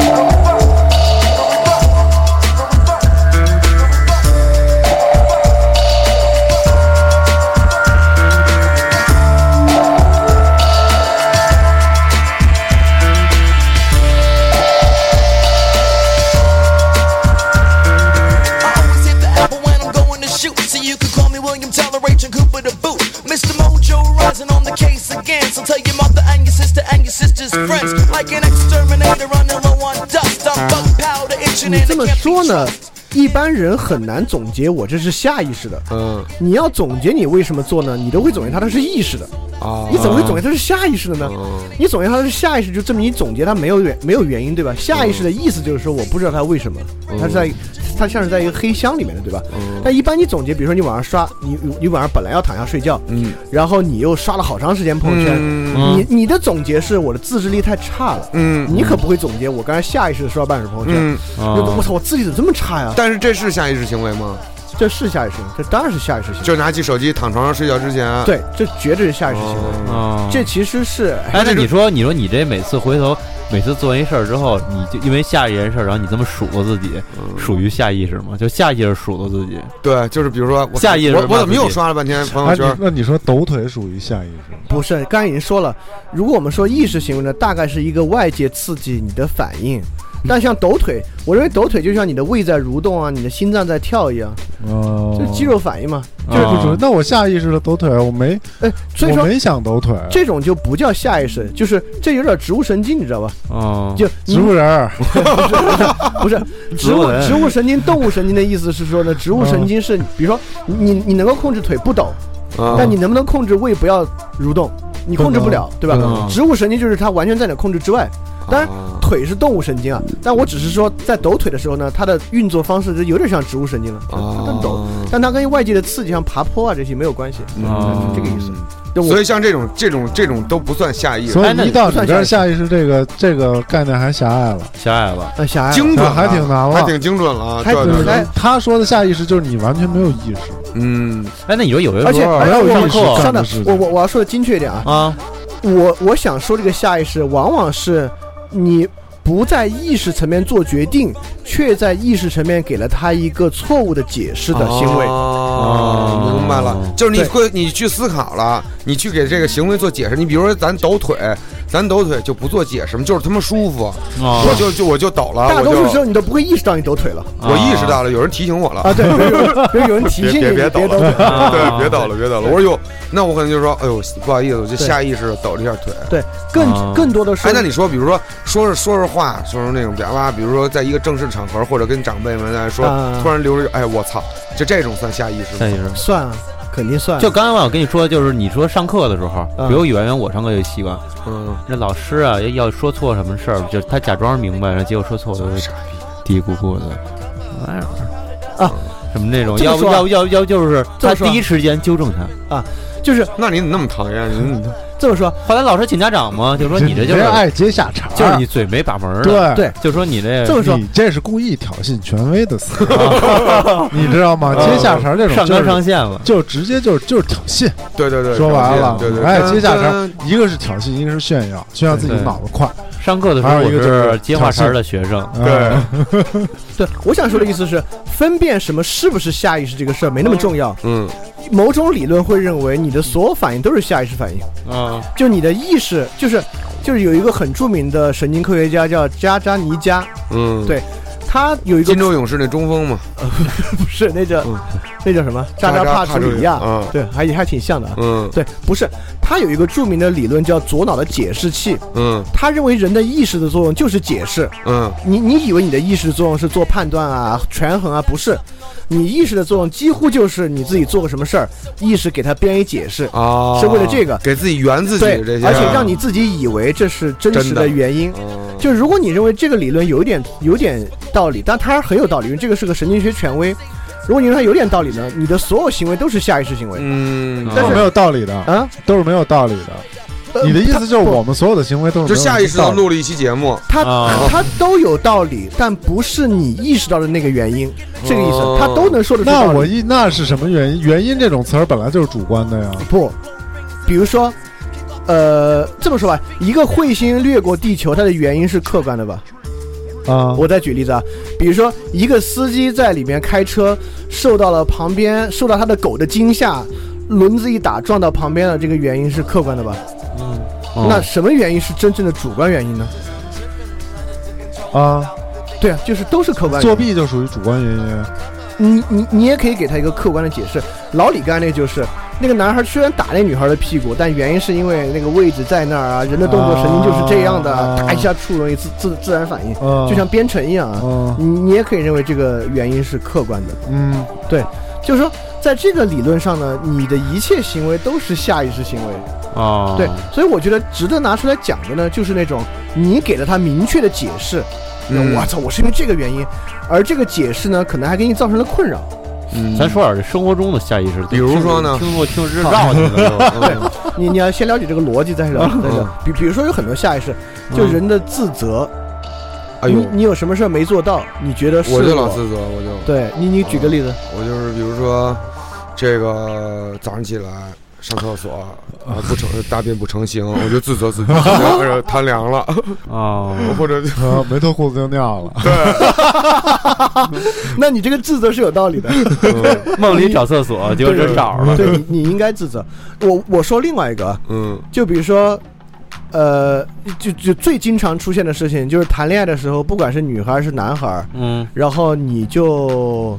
S6: I always hit the apple when I'm going to shoot. So you can call me William Teller, Rachel Cooper the boot. Mr. Mojo rising on the case again. So tell your mother and your sister and your sister's friends. Like an exterminator running low on dust. I'm bug powder itching
S4: 你
S6: and
S4: 这
S6: I
S4: 么
S6: can't be
S4: 说呢
S6: trusted.，
S4: 一般人很难总结我这是下意识的。
S3: 嗯
S4: 你要总结你为什么做呢？你都会总结它，它是意识的。
S3: 啊
S4: 你怎么会总结它是下意识的呢？
S3: 哦
S4: 你总结它是下意识，就证明你总结它没有原没有原因，对吧？下意识的意思就是说我不知道它为什么，它是在它像是在一个黑箱里面的，对吧？但一般你总结，比如说你晚上刷你你晚上本来要躺下睡觉，
S3: 嗯
S4: 然后你又刷了好长时间朋友圈，
S3: 嗯
S5: 嗯
S4: 你你的总结是我的自制力太差了，
S3: 嗯
S4: 你可不会总结我刚才下意识的刷半小时朋友圈。
S3: 嗯，
S5: 啊
S4: 我我操！我自己怎么这么差呀？
S3: 但是这是下意识行为吗？
S4: 这是下意识，这当然是下意识行为。
S3: 就拿起手机躺床上睡觉之前，啊
S4: 对，这绝对是下意识行为。
S3: 哦，
S5: 啊
S4: 这其实是
S5: 哎，那
S3: 这
S5: 你
S3: 种
S5: 说，你说你这每次回头，每次做完一事儿之后，你就因为下一件事儿，然后你这么数落自己，
S3: 嗯
S5: 属于下意识吗？就下意识数落自己，
S3: 对，就是比如说我
S5: 下意识
S3: 我我怎么
S5: 骂自
S3: 又
S5: 己
S3: 刷了半天朋
S2: 哎，
S3: 友
S2: 你
S3: 圈？
S2: 那你说抖腿属于下意识吗？
S4: 不是？刚才已经说了，如果我们说意识行为呢，大概是一个外界刺激你的反应。但像抖腿，我认为抖腿就像你的胃在蠕动啊，你的心脏在跳一样，
S2: 哦，
S4: 就是肌肉反应嘛。
S2: 这不属于
S5: 啊。
S2: 那我下意识的抖腿，我没
S4: 哎，所以
S2: 我
S4: 说
S2: 没想抖腿，
S4: 这种就不叫下意识，就是这有点植物神经，你知道吧？
S5: 哦，
S4: 就
S2: 植物人儿，
S4: 不是植
S5: 植
S4: 物
S5: 物人
S4: 植物神经、动物神经的意思是说呢，植物神经是比如说你你能够控制腿不抖，
S3: 啊
S4: 但你能不能控制胃不要蠕动？你控制不了，对吧
S5: 不能？
S4: 植物神经就是它完全在你的控制之外。当然，
S3: 啊
S4: 腿是动物神经啊，但我只是说，在抖腿的时候呢，它的运作方式就有点像植物神经了，
S3: 啊
S4: 它它抖，但它跟外界的刺激，像爬坡啊这些没有关系，
S5: 哦
S4: 这个意思。就
S3: 啊所
S4: 我
S3: 以像这种这种这种都不算下意识，
S2: 所
S5: 哎那
S2: 以一到你这儿下意识这个这个概念还狭隘了，
S5: 狭隘了。
S4: 呃狭隘了，
S3: 精准了
S2: 还挺难了
S3: 还挺精准了啊。
S4: 还
S3: 对
S2: 就
S3: 对
S2: 是
S3: 对
S4: 哎
S2: 他说的下意识就是你完全没有意识，
S3: 嗯，
S5: 哎，那你说有的
S4: 而且
S5: 时候
S4: 而且
S2: 还有
S4: 我
S2: 意识
S5: 上
S4: 真
S2: 的
S4: 的
S2: 事，情
S4: 我我我要说的精确一点啊，
S5: 啊，
S4: 我我想说这个下意识，往往是你不在意识层面做决定，却在意识层面给了他一个错误的解释的行为。
S3: 啊
S4: 嗯
S3: 哦，明白了，就是你
S4: 对
S3: 会你去思考了，你去给这个行为做解释。你比如说咱抖腿，咱抖腿就不做解释嘛，就是他妈舒服，
S5: 啊
S3: 我就就我就抖了，
S4: 哦大多
S3: 我
S4: 数
S3: 就
S4: 时候你都不会意识到你抖腿了
S3: 我意识到了，有人提醒我了
S4: 啊！。对，比如有比如 有人提醒你，
S3: 别
S4: 你
S3: 别
S4: 别
S3: 抖
S4: 抖
S3: 了
S4: 腿。
S5: 啊
S3: 对，别抖了，别抖了。我说哟，那我可能就说，哎呦，不好意思，我就下意识地抖了一下腿。
S4: 对，更更多的是
S3: 哎，那你说，比如说说着说着话，说说那种表哇，比如说在一个正式场合，或者跟长辈们在说，
S4: 啊
S3: 突然流着，哎，我操，就这种算下意识吗？
S5: 下意识。
S4: 算啊，肯定算啊。
S5: 就刚才我跟你说，就是你说上课的时候，
S4: 嗯
S5: 比如语文我上课有习惯，
S3: 嗯，
S5: 那老师啊要要说错什么事儿，就是他假装明白了，结果说错，我就会
S3: 傻逼，
S5: 嘀嘀咕咕的，玩意儿
S4: 啊，
S5: 什么那种，
S4: 这么
S5: 要不
S4: 说啊
S5: 要不要不要不就是
S4: 这
S5: 他
S4: 么说啊
S5: 第一时间纠正他。
S4: 就是
S3: 那你怎么那么讨厌？你
S4: 这么说，
S5: 后来老师请家长嘛，就说你这就是
S2: 人爱接下茬儿，
S5: 就是你嘴没把门儿，，
S2: 啊
S5: 啊
S2: 对
S4: 对
S5: 就说你这
S4: 这么说
S2: 你这是故意挑衅权威的词， 你知道吗？接下茬儿这种
S5: 上
S2: 就
S5: 纲
S2: 是
S5: 上线了。
S2: 就直接就是就是挑衅，
S3: 对对对，
S2: 说白了
S3: 对对，，
S2: 哎，
S3: 对
S2: 接下茬儿
S3: 嗯
S2: 一个是挑衅，一个是炫耀，炫耀自己
S5: 对
S2: 脑子快，
S5: 上课的时候
S2: 还有
S5: 我
S2: 一个就是
S5: 是接话茬儿的学生，
S3: 对
S2: 嗯，
S4: 对我想说的意思是，分辨什么是不是下意识这个事儿没那么重要。
S3: 嗯，
S4: 某种理论会认为你的所有反应都是下意识反应。
S5: 啊
S4: 就你的意识，就是就是有一个很著名的神经科学家叫加扎尼加，
S3: 嗯，
S4: 对他有一个
S3: 金嗯州勇士那中锋嘛，
S4: 不是那叫、那叫什么扎扎帕楚里亚，
S3: 嗯
S4: 对，还还挺像的啊。
S3: 嗯
S4: 对，不是，他有一个著名的理论叫左脑的解释器。
S3: 嗯
S4: 他认为人的意识的作用就是解释。
S3: 嗯
S4: 你你以为你的意识作用是做判断啊、权衡啊？不是，你意识的作用几乎就是你自己做个什么事儿，意识给他编一解释，
S3: 啊，
S4: 是为了这个
S3: 给自己圆自己
S4: 对
S3: 的这，些，啊
S4: 而且让你自己以为这是真
S3: 真
S4: 实
S3: 的
S4: 的原因。
S3: 嗯
S4: 就如果你认为这个理论有一点有点道理，但它很有道理，因为这个是个神经学权威。如果你认为它有点道理呢，你的所有行为都是下意识行为、
S3: 嗯，
S2: 都是没有道理的，
S4: 啊。
S2: 都是没有道理的。
S4: 呃
S2: 你的意
S4: 它
S2: 思就是
S4: 不
S2: 我们所有的行为都是
S3: 就
S2: 没有
S3: 下意识
S2: 道
S3: 的
S2: 理
S3: 录了一期节目，
S4: 它
S5: 啊
S4: 它都有道理，但不是你意识到的那个原因，这个意思
S3: 哦，
S4: 它都能说得出
S2: 那
S4: 道
S2: 我
S4: 理。
S2: 一那是什么原因？原因这种词儿本来就是主观的呀。
S4: 不，比如说，呃，这么说吧，一个彗星掠过地球，它的原因是客观的吧？
S2: 啊，
S4: 我再举例子啊，比如说一个司机在里面开车，受到了旁边受到他的狗的惊吓，轮子一打撞到旁边了，这个原因是客观的吧？
S5: 嗯
S4: 那什么原因是真正的主观原因呢？
S2: 啊，
S4: 对啊，就是都是客观原因
S2: 作。弊就属于主观原因。
S4: 你你你也可以给他一个客观的解释。老李干那就是，那个男孩虽然打那女孩的屁股，但原因是因为那个位置在那儿啊，人的动作神经就是这样的，
S2: 啊
S4: 打一下触容易自自自然反应，
S2: 啊
S4: 就像编程一样啊。
S2: 啊，
S4: 你你也可以认为这个原因是客观的，
S2: 嗯
S4: 就是说，在这个理论上呢，你的一切行为都是下意识行为。
S3: 啊
S5: 哦，
S4: 对，所以我觉得值得拿出来讲的呢，就是那种你给了他明确的解释，
S3: 嗯
S4: 我操，我是因为这个原因，而这个解释呢，可能还给你造成了 困扰。
S3: 嗯
S5: 咱说点这生活中的下意识，
S3: 比如说呢
S5: 听过听着绕 进去了就，嗯
S4: 你你要先了解这个逻辑，再是再是
S3: 嗯，
S4: 比比如说有很多下意识，就人的自责，
S3: 哎呦
S4: 你，你有什么事儿没做到，你觉得是
S3: 我就老自责，我就
S4: 对你你举个例子，
S3: 我就是比如说这个早上起来。上厕所啊，不成大便不成形，我就自 责自己，或者贪凉了，
S5: 哦，
S3: 或者就
S2: 啊，没脱裤子就尿了。
S3: 嗯
S4: 那你这个自责是有道理 的，
S5: 梦里找厕所，结果真找着了。
S4: 对你你应该自责。我我说另外一个啊，
S3: 嗯
S4: 就比如说。呃，就就最经常出现的事情就是谈恋爱的时候，不管是女孩儿是男孩儿，
S5: 嗯，
S4: 然后你就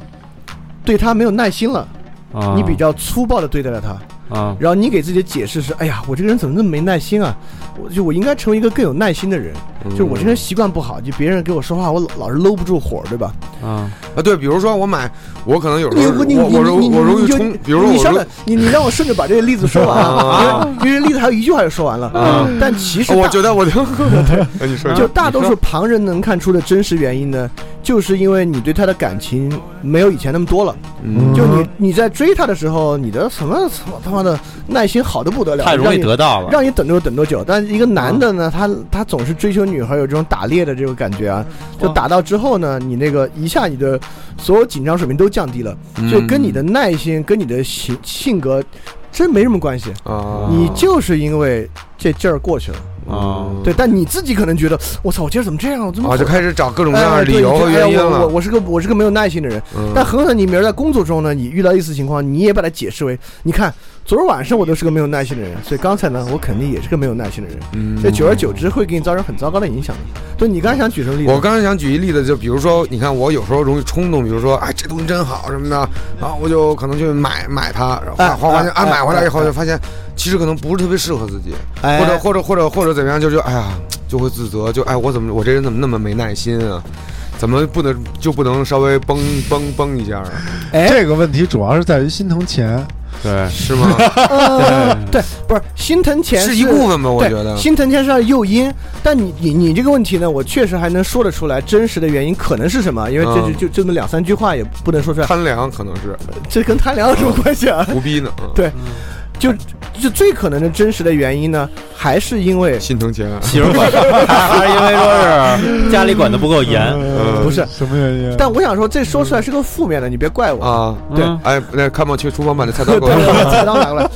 S4: 对他没有耐心了，
S5: 啊
S4: 你比较粗暴的对待了他，
S5: 啊，
S4: 然后你给自己的解释是：哎呀，我这个人怎么那么没耐心啊？我就我应该成为一个更有耐心的人。
S5: 嗯
S4: 就是我这个人习惯不好，就别人给我说话，我老老是搂不住火，对吧？
S5: 啊，
S3: 啊，对，比如说我买，我可能有时
S4: 你
S3: 候
S4: 哎你
S3: 我
S4: 你
S3: 我容
S4: 你你
S3: 我容易
S4: 你就
S3: 冲，比如说
S4: 你
S3: 我
S4: 稍
S3: 容
S4: 等，你你让我顺着把这个例子说完啊，因为因为例子还有一句话就说完了
S5: 啊。
S4: 但其实
S3: 哦我
S4: 大
S3: 觉得我 就， 哎你说
S4: 就
S3: 就
S4: 大多数旁人能看出的真实原因呢，就是因为你对他的感情没有以前那么多了。
S2: 嗯
S4: 就你你在追他的时候，你的什么什么他妈的耐心好的不得了，
S5: 太容易得到了。
S4: 让你等多久等多久。但是一个男的呢，他他总是追求女孩有这种打猎的这种感觉啊，就打到之后呢，你那个一下你的所有紧张水平都降低了，
S3: 嗯
S4: 就跟你的耐心跟你的性性格真没什么关系，
S3: 啊，
S4: 你就是因为这劲儿过去了。
S5: 啊
S4: 对，但你自己可能觉得，我操，我今儿怎么这样？我怎么哎
S3: 啊就
S4: 开
S3: 开始找各种
S4: 始
S3: 各样的理由和原因
S4: 我我
S3: 了。
S4: 我是个我是个没有耐心的人，
S3: 嗯
S4: 但很可能你明儿在工作中呢，你遇到类似情况，你也把它解释为，你看昨儿晚上我都是个没有耐心的人，所以刚才呢，我肯定也是个没有耐心的人，
S3: 嗯
S4: 所以久而久之会给你造成很糟糕的影响的。对，你刚才想举什么例子？
S3: 我刚才想举一例子，就比如说，你看我有时候容易冲动，比如说，哎，这东西真好什么的，啊，我就可能去买买它，然后
S4: 哎
S3: 花花花钱啊，
S4: 哎
S3: 买回来以后
S4: 哎
S3: 就发现，其实可能不是特别适合自己，
S4: 哎
S3: 或者或者或者或者怎么样，就就哎呀，就会自责，就哎我怎么我这人怎么那么没耐心啊？怎么不能就不能稍微崩崩崩一下啊？
S4: 哎
S2: 这个问题主要是在于心疼钱。
S5: 对，
S3: 是吗？
S4: 呃对，不是心疼钱
S3: 是一部。分吧，我
S4: 对
S3: 觉得，。
S4: 心疼钱是它的诱因，但你你你这个问题呢，我确实还能说得出来，真实的原因可能是什么？因为这就
S3: 嗯
S4: 就这么两三句话也不能说出来，
S3: 贪凉可能是
S4: 这跟贪凉有什么关系啊？
S3: 胡逼呢，嗯
S4: 对就就最可能的真实的原因呢，还是因为
S3: 心疼钱，啊
S5: 媳妇管，还是因为说是家里管的不够严。
S2: 呃
S4: 不是
S2: 什么原因？
S4: 但我想说，这说出来是个负面的，你别怪我。
S3: 啊，
S4: 对
S5: 嗯
S3: 哎，那看吧，去厨房把那菜
S4: 对
S3: 刀给
S4: 对
S3: 我
S4: 对，菜刀拿过来。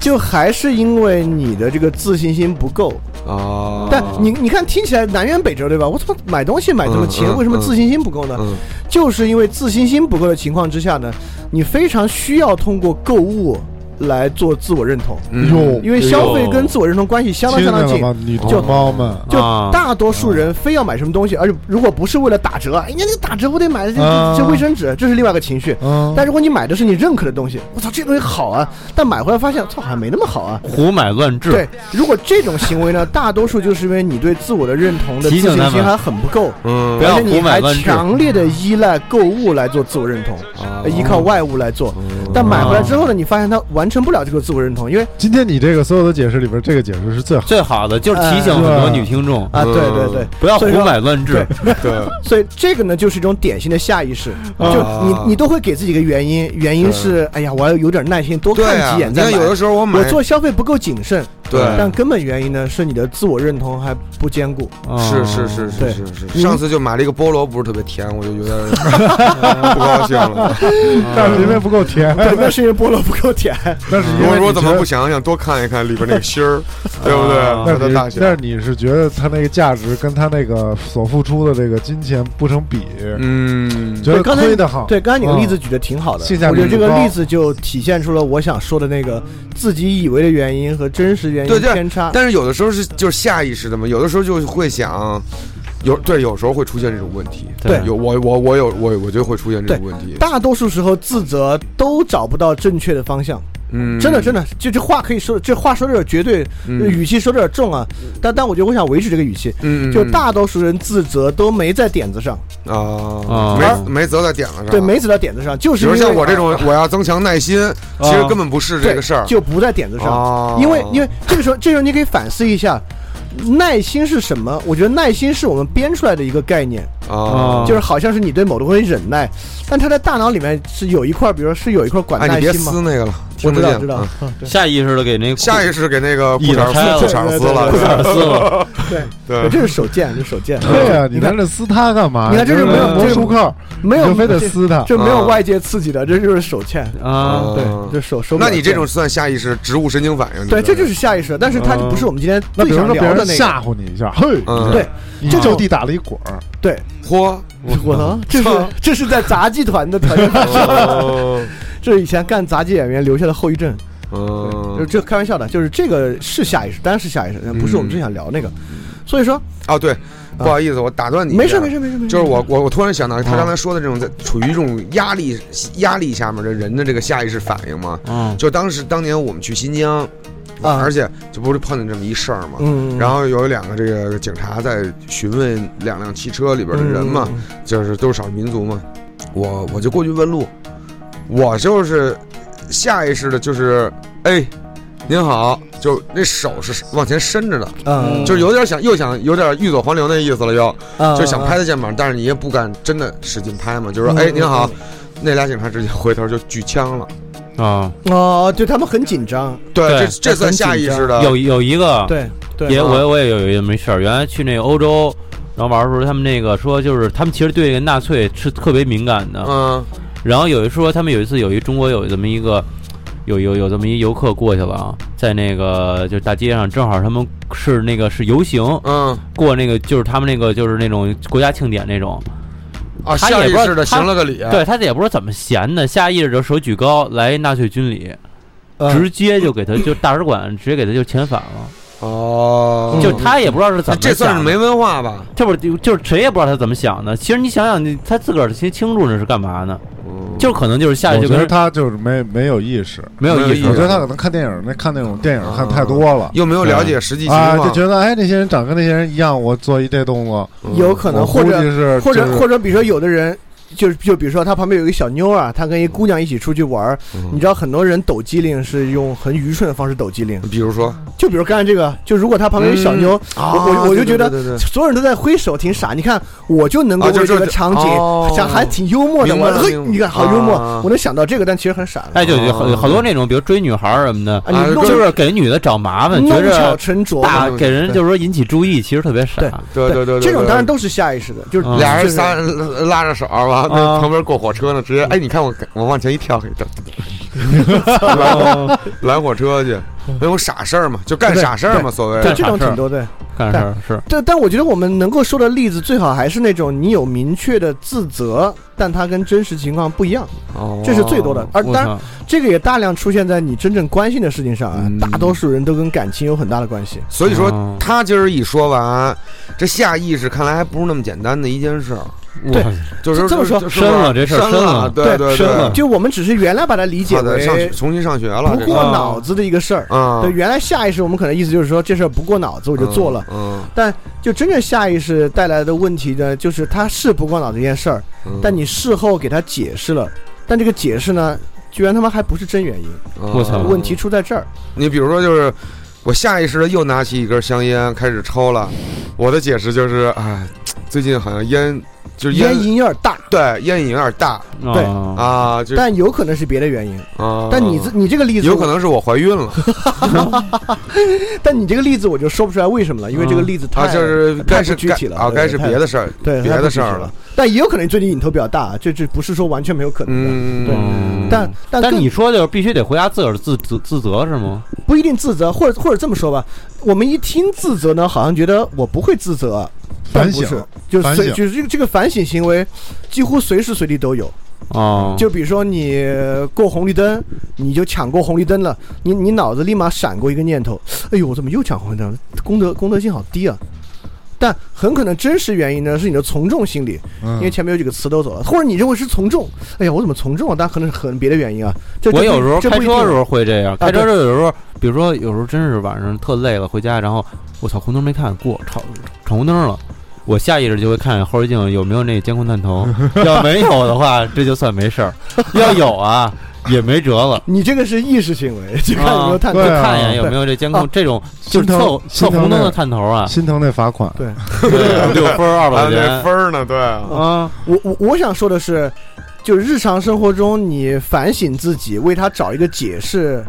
S4: 就还是因为你的这个自信心不够，
S3: 啊，
S4: 但你你看听起来南辕北辙，对吧？我怎么买东西买这么勤，
S3: 嗯嗯
S4: 为什么自信心不够呢？
S3: 嗯
S4: 就是因为自信心不够的情况之下呢，你非常需要通过购物来做自我认同，
S3: 嗯
S2: 哟
S4: 因为消费跟自我认同关系相当
S2: 听
S4: 相
S2: 见
S4: 当
S2: 了吗？
S4: 近。
S2: 女同胞们，
S4: 就
S5: 啊
S4: 大多数人非要买什么东西，而且如果不是为了打折，哎呀，那个打折我得买这
S2: 啊
S4: 这这卫生纸，这是另外一个情绪。
S5: 啊
S2: 嗯，
S4: 但如果你买的是你认可的东西，我操，这东西好啊！但买回来发现，操，好像没那么好啊。
S5: 胡买乱治，
S4: 对，如果这种行 为呢，大多数就是因为你对自我的认同的自
S5: 提醒
S4: 信
S5: 他
S4: 心
S5: 们
S4: 还很不够，
S3: 嗯
S5: 不要
S4: 而且你
S5: 胡买
S4: 还
S5: 乱治哦
S4: 强烈的依赖购物来做自我认同，呃依靠外物来做。但买回来之后呢，你发现它完成不了这个自我认同，因为
S2: 今天你这个所有的解释里边，这个解释是最好。
S5: 最好的就是提醒很多女听众，
S4: 哎啊，对对
S3: 嗯
S4: 对，
S5: 不要胡
S4: 所以说
S5: 买乱治。
S3: 对，
S4: 所以这个呢，就是一种典型的下意识，
S3: 啊
S4: 就你你都会给自己一个原因，原因是哎呀，我要有点耐心，多
S3: 对
S4: 看
S3: 啊，
S4: 几眼
S3: 你
S4: 再
S3: 看有
S4: 买
S3: 的。时候我买
S4: 我做消费不够谨慎，
S3: 对，
S4: 但根本原因呢是你的自我认同还不坚固。
S5: 啊
S3: 是是是
S4: 对
S3: 是是是
S4: 因为
S3: 上次就买了一个菠萝，不是特别甜，我就有点 不高兴 了。
S2: 但是因嗯为不够甜，
S4: 对，哎那是因为菠萝不够 甜。
S2: 但是因为
S3: 我
S2: 你
S3: 说怎么
S2: 觉得
S3: 不想想多看一看里边那个芯 儿，对不
S5: 啊
S3: 对？它
S2: 但
S3: 的
S2: 是
S3: 大
S2: 但
S3: 小
S2: 是，你是觉得他那个价值跟他那个所付出的这个金钱不成比，
S3: 嗯，
S2: 觉得
S4: 对刚才
S2: 亏得很。
S4: 对，刚才你
S2: 嗯
S4: 个例子举的挺好的，
S2: 性价比
S4: 我觉得这个
S2: 高
S4: 例子就体现出了我想说的那个自己以为的原因和真实原因
S3: 对对
S4: 偏差。
S3: 但是有的时候是就是下意识的嘛，有的时候就会想，有对，有时候会出现这种问题。
S5: 对
S3: 有我我我有我我就会出现这种问题。
S4: 大多数时候自责都找不到正确的方向，
S3: 嗯，
S4: 真的真的，就这话可以说，这话说的有点绝对，
S3: 嗯
S4: 语气说的有点重啊，但但我觉得我想维持这个语气，
S3: 嗯，嗯，
S4: 就
S3: 嗯
S4: 大多数人自责都没在点子上，
S3: 啊
S5: 啊，
S3: 没没责在点子上。
S4: 对，没。走到点子上，就
S3: 比
S4: 是
S3: 如
S4: 因为啊
S3: 像我这种，我要增强耐心，其实根本不是
S4: 对
S3: 这个事儿。
S4: 就不在点子上，
S3: 啊，
S4: 因为因为这个时候，这时候你可以反思一下。耐心是什么？我觉得耐心是我们编出来的一个概念，
S3: 啊，
S4: 就是好像是你对某东西忍耐，但他在大脑里面是有一块，比如说是有一块管
S3: 哎，你
S4: 啊耐
S3: 别
S4: 心
S3: 撕
S4: 吗？
S3: 那个了，
S4: 我
S3: 听不
S4: 知
S3: 见
S4: 道，知道
S3: 嗯。
S4: 嗯对
S5: 下意识的给那个裤
S3: 下意识给那个裤
S5: 椅子
S3: 衩
S5: 拆了
S3: 撕裤衩撕了，
S5: 裤衩撕 了，
S3: 对
S4: 这是手贱，这是手贱。
S2: 对呀，你
S4: 看
S2: 拿这撕它干嘛？
S4: 你看这
S2: 就
S4: 就没有
S2: 魔术扣，
S4: 没
S2: 你
S4: 有
S2: 就非得撕
S3: 啊
S2: 它。
S4: 这没有外界刺激的，这就是手欠。
S5: 啊，
S3: 哦
S4: 对，这手手。
S3: 嗯那你这种嗯算下意识植物神经反应？
S4: 对，
S3: 你知
S4: 这
S3: 道吗
S4: 就是下意识，但是它就不是我们今天
S2: 那比
S4: 最
S2: 如
S4: 想
S2: 说别
S4: 聊
S2: 人
S4: 的那个。
S2: 吓唬你一下，嘿，
S3: 嗯
S4: 对，
S2: 你
S4: 这
S2: 就
S4: 种
S2: 地打了一滚儿，
S4: 对，
S3: 嚯，
S4: 我操，这是这是在杂技团的团队， 这是以前干杂技演员留下的后遗症。就
S3: 嗯，
S4: 这开玩笑的，就是这个是下意识，当然是下意识，不是我们最想聊那个。所以说，
S3: 哦对，不好意思，我打断嗯你，
S4: 啊没事啊没。事没事没事。
S3: 就是我我我突然想到，他刚才说的这种在处于一种压力压力下面的人的这个下意识反应嘛，
S5: 嗯，
S3: 就当时当年我们去新疆，
S4: 啊
S3: 而且就不是碰见这么一事儿嘛，
S4: 嗯，
S3: 然后有两个这个警察在询问两辆汽车里边的人嘛，就是都是少数民族嘛，我我就过去问路，我就是下意识的就是哎，您好，就那手是往前伸着的，
S4: 嗯，
S3: 就是有点想又想有点欲走还留那意思了又，
S4: 嗯
S3: 就想拍他肩膀，但是你也不敢真的使劲拍嘛，就说
S4: 嗯
S3: 哎
S4: 嗯
S3: 您好
S4: 嗯，
S3: 那俩警察直接回头就举枪了，
S5: 啊，
S4: 哦，对他们很紧张，
S3: 对，
S5: 对
S3: 这这算下意识的，
S5: 有有一个
S4: 对对，
S5: 也
S3: 啊
S5: 我我也有一个没事儿，原来去那个欧洲。然后玩的时候，他们那个说，就是他们其实对那个纳粹是特别敏感的。
S3: 嗯
S5: 然后有一说，他们有一次有一中国有这么一个，有有有这么一游客过去了啊，在那个就是大街上，正好他们是那个是游行
S3: 嗯
S5: 过那个，就是他们那个就是那种国家庆典那种。
S3: 啊，
S5: 他
S3: 下
S5: 也
S3: 意
S5: 不知道
S3: 识的
S5: 他
S3: 行了个礼，啊
S5: 对他也不知道怎么闲的，下意识就手举高来纳粹军礼，直接就给他就大使馆直接给他就遣返了，
S3: 哦，
S5: 就他也不知道是怎么
S3: 这算
S5: 想
S3: 是
S5: 的
S3: 没文化吧？
S5: 这不是就是谁也不知道他怎么想的。其实你想想，你他自个儿心清楚那是干嘛呢？就可能就是下去
S2: 我
S5: 就
S2: 觉得
S5: 跟
S2: 他就是没没有意识。
S5: 没有意
S3: 没有
S2: 我
S3: 意
S2: 觉
S5: 识
S3: 识，
S2: 得他可能看电影，那看那种电
S4: 啊
S2: 影看太多了
S3: 又没有了
S5: 嗯
S3: 解实际情
S2: 啊，
S3: 况，
S2: 就觉得哎，那些人长跟那些人一样，我做一这动作，
S3: 嗯
S4: 有可能
S2: 我
S4: 或
S2: 估计
S4: 者
S2: 是
S4: 或
S2: 就
S4: 者
S2: 是
S4: 或者比如说有的人。就是就比如说，他旁边有一个小妞啊，他跟一姑娘一起出去玩儿
S3: 嗯
S4: 你知道很多人抖机灵是用很愚蠢的方式抖机灵，
S3: 比如说，
S4: 就比如刚才这个，就如果他旁边有小妞，
S3: 啊
S4: 我我我就
S3: 对对
S4: 觉得
S3: 对对对
S4: 所有人都在挥手，挺傻。你看，我就能够
S3: 啊就
S4: 为这
S3: 这
S4: 个
S3: 就
S4: 场景
S3: 哦
S4: 想还挺幽默的，
S3: 明白
S4: 我
S3: 了
S4: 嘿，
S3: 明白
S4: 你看好幽
S3: 啊
S4: 默，我能想到这个，但其实很傻的。
S5: 哎，就就好
S3: 哦
S5: 好多那种，比如追女孩儿什么的，
S4: 啊，你
S3: 啊
S4: 弄
S5: 就是给女的找麻烦，觉
S4: 弄巧
S5: 着
S4: 成拙嘛，
S5: 大给人就是说引起注意，其实特别
S4: 对
S5: 傻。
S3: 对对对，对
S4: 这种当然。都是下意识的，就是
S5: 啊
S3: 俩人仨
S4: 三
S3: 人拉着手儿吧，那
S5: 啊
S3: 旁边过火车呢，直接哎，你看我我往前一跳，嘿，这
S5: 哦
S3: 拦火车去，那种傻事儿嘛，就干傻事儿嘛，所谓
S4: 嗯对
S5: 干
S4: 这
S5: 傻
S4: 种
S5: 事儿
S4: 挺多的。
S5: 干事儿是
S4: 但但我觉得我们能够说的例子，最好还是那种你有明确的自责，但它跟真实情况不一样，
S3: 哦
S4: 这是最多的。而
S5: 哦我
S4: 当然，
S5: 操，
S4: 这个也大量出现在你真正关心的事情上啊
S3: 嗯。
S4: 大多数人都跟感情有很大的关系。
S3: 所以
S5: 哦
S4: 嗯
S3: 说他今儿一说完，这下意识看来还不是那么简单的一件事儿，
S5: 对
S3: 就是
S4: 这这么说
S3: 就是
S5: 深了这事儿
S3: 深
S5: 深
S3: 了，啊
S5: 了
S3: 对对
S5: 深了
S3: 对，
S4: 就我们只是原来把它理解
S3: 嗯好的，上学
S4: 为
S3: 重新上学了，嗯
S4: 不
S3: 这
S4: 过
S3: 个
S4: 脑子的一个事儿。
S3: 啊，
S4: 对，原来下意识我们可能意思就是说这事儿不过脑子我就做了，
S3: 嗯，
S4: 但就真正下意识带来的问题呢，就是它是不过脑这件事儿，
S3: 嗯
S4: 但你事后给他解释了，但这个解释呢，居然他妈还不是真原因，
S5: 我操
S3: 嗯
S4: 呃问题出在这儿。
S3: 你比如说，就是我下意识的又拿起一根香烟开始抽了，我的解释就是，哎，最近好像烟就是
S4: 烟
S3: 烟
S4: 瘾有点大，
S3: 对烟瘾有点大
S4: 对
S5: 啊，
S3: 啊，就
S4: 但有可能是别的原因。
S3: 啊，
S4: 但你这你这个例子，
S3: 有可，能是我怀孕了
S4: 但你这个例子我就说不出来为什么了，因为这个例子太
S3: 啊，就是
S4: 太
S3: 该
S4: 不
S3: 是
S4: 具体了
S3: 该啊，
S4: 对
S3: 该是
S4: 太
S3: 别的事儿，
S4: 对
S3: 别
S4: 太不
S3: 的
S4: 具
S3: 事儿
S4: 体
S3: 了
S4: 了，。但也有可能最近瘾头比较大，这这不是说完全没有可能的。对
S3: 嗯，
S4: 但但
S5: 但
S4: 更
S5: 你说就是必须得回家自个儿自自自责是吗？
S4: 不一定自责，或者或者这么说吧，我们一听自责呢，好像觉得我不会自责，但
S2: 反
S4: 不
S2: 省
S4: 是，就是
S2: 反
S4: 随
S2: 省
S4: 就是这个这个反省行为，几乎随时随地都有。
S5: 哦，
S4: 就比如说你过红绿灯，你就抢过红绿灯了，你你脑子立马闪过一个念头，哎呦，我怎么又抢红绿灯了？功德功德心好低啊！但很可能真实原因呢是你的从众心理，因为
S2: 嗯，
S4: 前面有几个词都走了，或者你认为是从众，哎呀，我怎么从众啊？但可能是很别的原因啊。这
S5: 我有时候开车的时，
S4: 这不这不一定
S5: 候会这样，开车
S4: 对
S5: 的时候，比如说有时候真是晚上特累了，回家，然后我操红灯没看过，闯闯红灯了。我下意识就会看后视镜有没有那监控探头，要没有的话，这就算没事儿；要有啊，也没辙了。
S4: 你这个是意识行为，就看有 没有探头。
S5: 就
S2: 对啊
S5: 看一眼有没有这监控，这种就是
S2: 心
S5: 测
S2: 疼
S5: 测
S2: 心疼
S5: 红灯
S2: 那
S5: 的
S2: 个
S5: 探头啊，
S2: 心疼那罚款，
S4: 对
S5: 对六分儿二百块
S3: 还有那
S5: 钱
S3: 啊分儿呢，对啊，
S5: 啊，
S4: 我我我想说的是，就日常生活中你反省自己，为他找一个解释，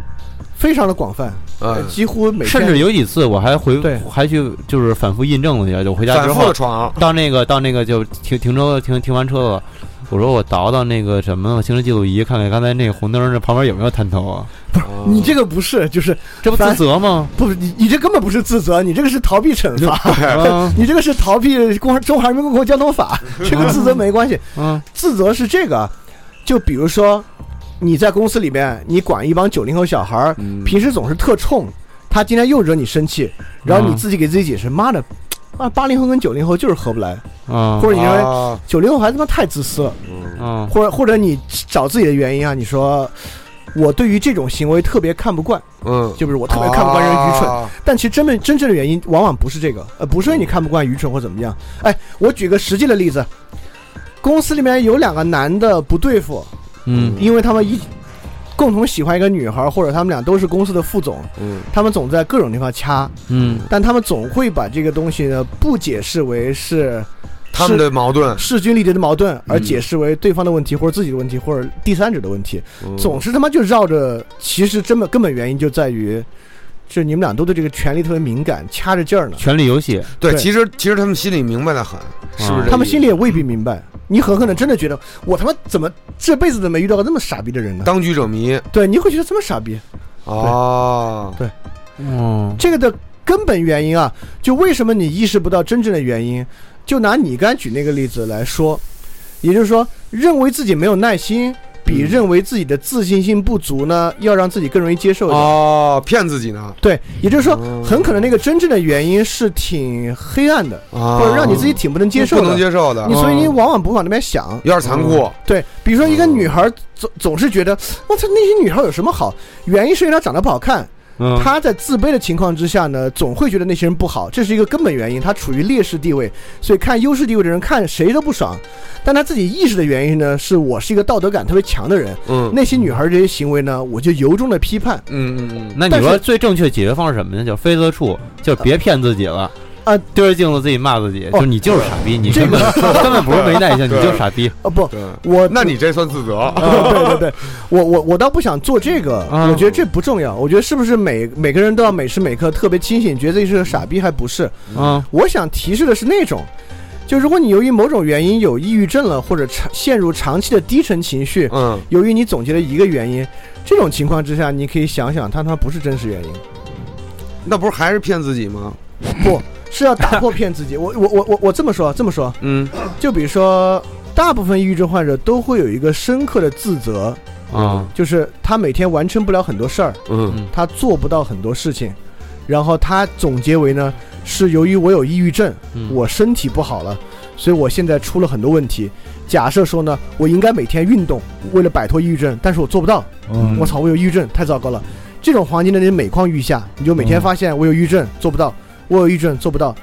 S4: 非常的广泛，呃
S3: 嗯，
S4: 几乎每天
S5: 甚至有几次我还回
S4: 对
S5: 还去就是反复印证了一下，就回家
S3: 反
S5: 之
S3: 复
S5: 后
S3: 的闯，
S5: 到那个到那个就停停车停停完车了，我说我倒到那个什么行车记录仪看看刚才那个红灯这旁边有没有探头啊？
S4: 你这个不是，就是
S5: 这不自责吗？
S4: 不是你你这根本不是自责，你这个是逃避惩罚，
S5: 啊
S4: 你这个是逃避《中中华人民共和国交通 法》，这跟自责没关系。
S5: 啊
S4: 自责是这个，就比如说你在公司里面，你管一帮九零后小孩儿，
S3: 嗯
S5: 嗯
S4: 平时总是特冲，他今天又惹你生气，然后你
S5: 嗯
S4: 自己给自己解释，妈的。啊，八零后跟九零后就是合不来，
S5: 啊
S4: 或者你认为
S3: 啊，
S4: 九零后还他妈太自私了，
S5: 啊！
S4: 或者或者你找自己的原因啊，你说我对于这种行为特别看不惯，
S3: 嗯，
S4: 就比如我特别看不惯人愚蠢，
S3: 啊
S4: 但其实真的真正的原因往往不是这个，呃，不是因为你看不惯愚蠢或怎么样。哎，我举个实际的例子，公司里面有两个男的不对付，
S5: 嗯
S4: 因为他们一共同喜欢一个女孩，或者他们俩都是公司的副总，
S3: 嗯
S4: 他们总在各种地方掐，
S5: 嗯
S4: 但他们总会把这个东西呢不解释为是
S3: 他们的矛盾
S4: 势均力敌的矛盾，而解释为对方的问题，或者自己的问题，或者第三者的问题，
S3: 嗯
S4: 总是他妈就绕着，其实根本根本原因就在于。就你们俩都对这个权力特别敏感，掐着劲儿呢。
S5: 权力游戏，
S3: 对，
S4: 对
S3: 其实其实他们心里明白的很，是不是？
S4: 他们心里也未必明白。你很可能真的觉得，我他妈怎么这辈子都没遇到过那么傻逼的人呢？
S3: 当局者迷
S4: 对，你会觉得这么傻逼。
S3: 啊，
S5: 嗯
S4: 这个的根本原因啊，就为什么你意识不到真正的原因？就拿你刚才举那个例子来说，也就是说，认为自己没有耐心，比认为自己的自信心不足呢，要让自己更容易接受一点。
S3: 哦，骗自己呢
S4: 对，也就是说
S3: 哦，
S4: 很可能那个真正的原因是挺黑暗的，
S3: 啊，
S4: 或者让你自己挺不能接受
S3: 不能
S4: 的。
S3: 接受的嗯
S4: 你，所以你往往不往那边想，
S3: 有点残酷，
S4: 对，比如说一个女孩儿总总是觉得，我操，那些女孩儿有什么好？原因是因为她长得不好看，
S5: 嗯，
S4: 她在自卑的情况之下呢，总会觉得那些人不好，这是一个根本原因。她处于劣势地位，所以看优势地位的人看谁都不爽。但她自己意识的原因呢，是我是一个道德感特别强的人，
S3: 嗯
S4: 那些女孩儿这些行为呢，我就由衷的批判啊、
S3: 嗯嗯嗯，
S5: 那你
S4: 但
S5: 说
S4: 是
S5: 最正确解决方式什么呢？叫非得处，就是别骗自己了。
S4: 啊
S5: 对着镜子自己骂自己，
S4: 哦
S5: 就你就是傻逼，你
S4: 这
S5: 根本 根本不是没耐性，你
S3: 对
S5: 就是傻逼。
S4: 呃不，
S3: 对，
S4: 我
S3: 那你这算自责，
S4: 对 对对，我我我倒不想做这个，
S5: 啊
S4: 我觉得这不重要。我觉得是不是每每个人都要每时每刻特别清醒，觉得自己是个傻逼，还不是？
S5: 嗯
S4: 我想提示的是那种，就如果你由于某种原因有抑郁症了，或者长陷入长期的低沉情绪，
S3: 嗯
S4: 由于你总结了一个原因，这种情况之下，你可以想想，它他妈不是真实原因，
S3: 那不是还是骗自己吗？
S4: 不是要打破骗自己。我我我我我这么说，这么说，
S3: 嗯
S4: 就比如说，大部分抑郁症患者都会有一个深刻的自责，
S5: 啊
S4: 就是他每天完成不了很多事儿。
S3: 嗯
S4: 他做不到很多事情，然后他总结为呢，是由于我有抑郁症，
S5: 嗯
S4: 我身体不好了，所以我现在出了很多问题。假设说呢，我应该每天运动，为了摆脱抑郁症，但是我做不到，
S2: 嗯
S4: 我操，我有抑郁症，太糟糕了。这种环境呢，你每况愈下，你就每天发现我有抑郁症，做不到，我有抑郁症，做不到。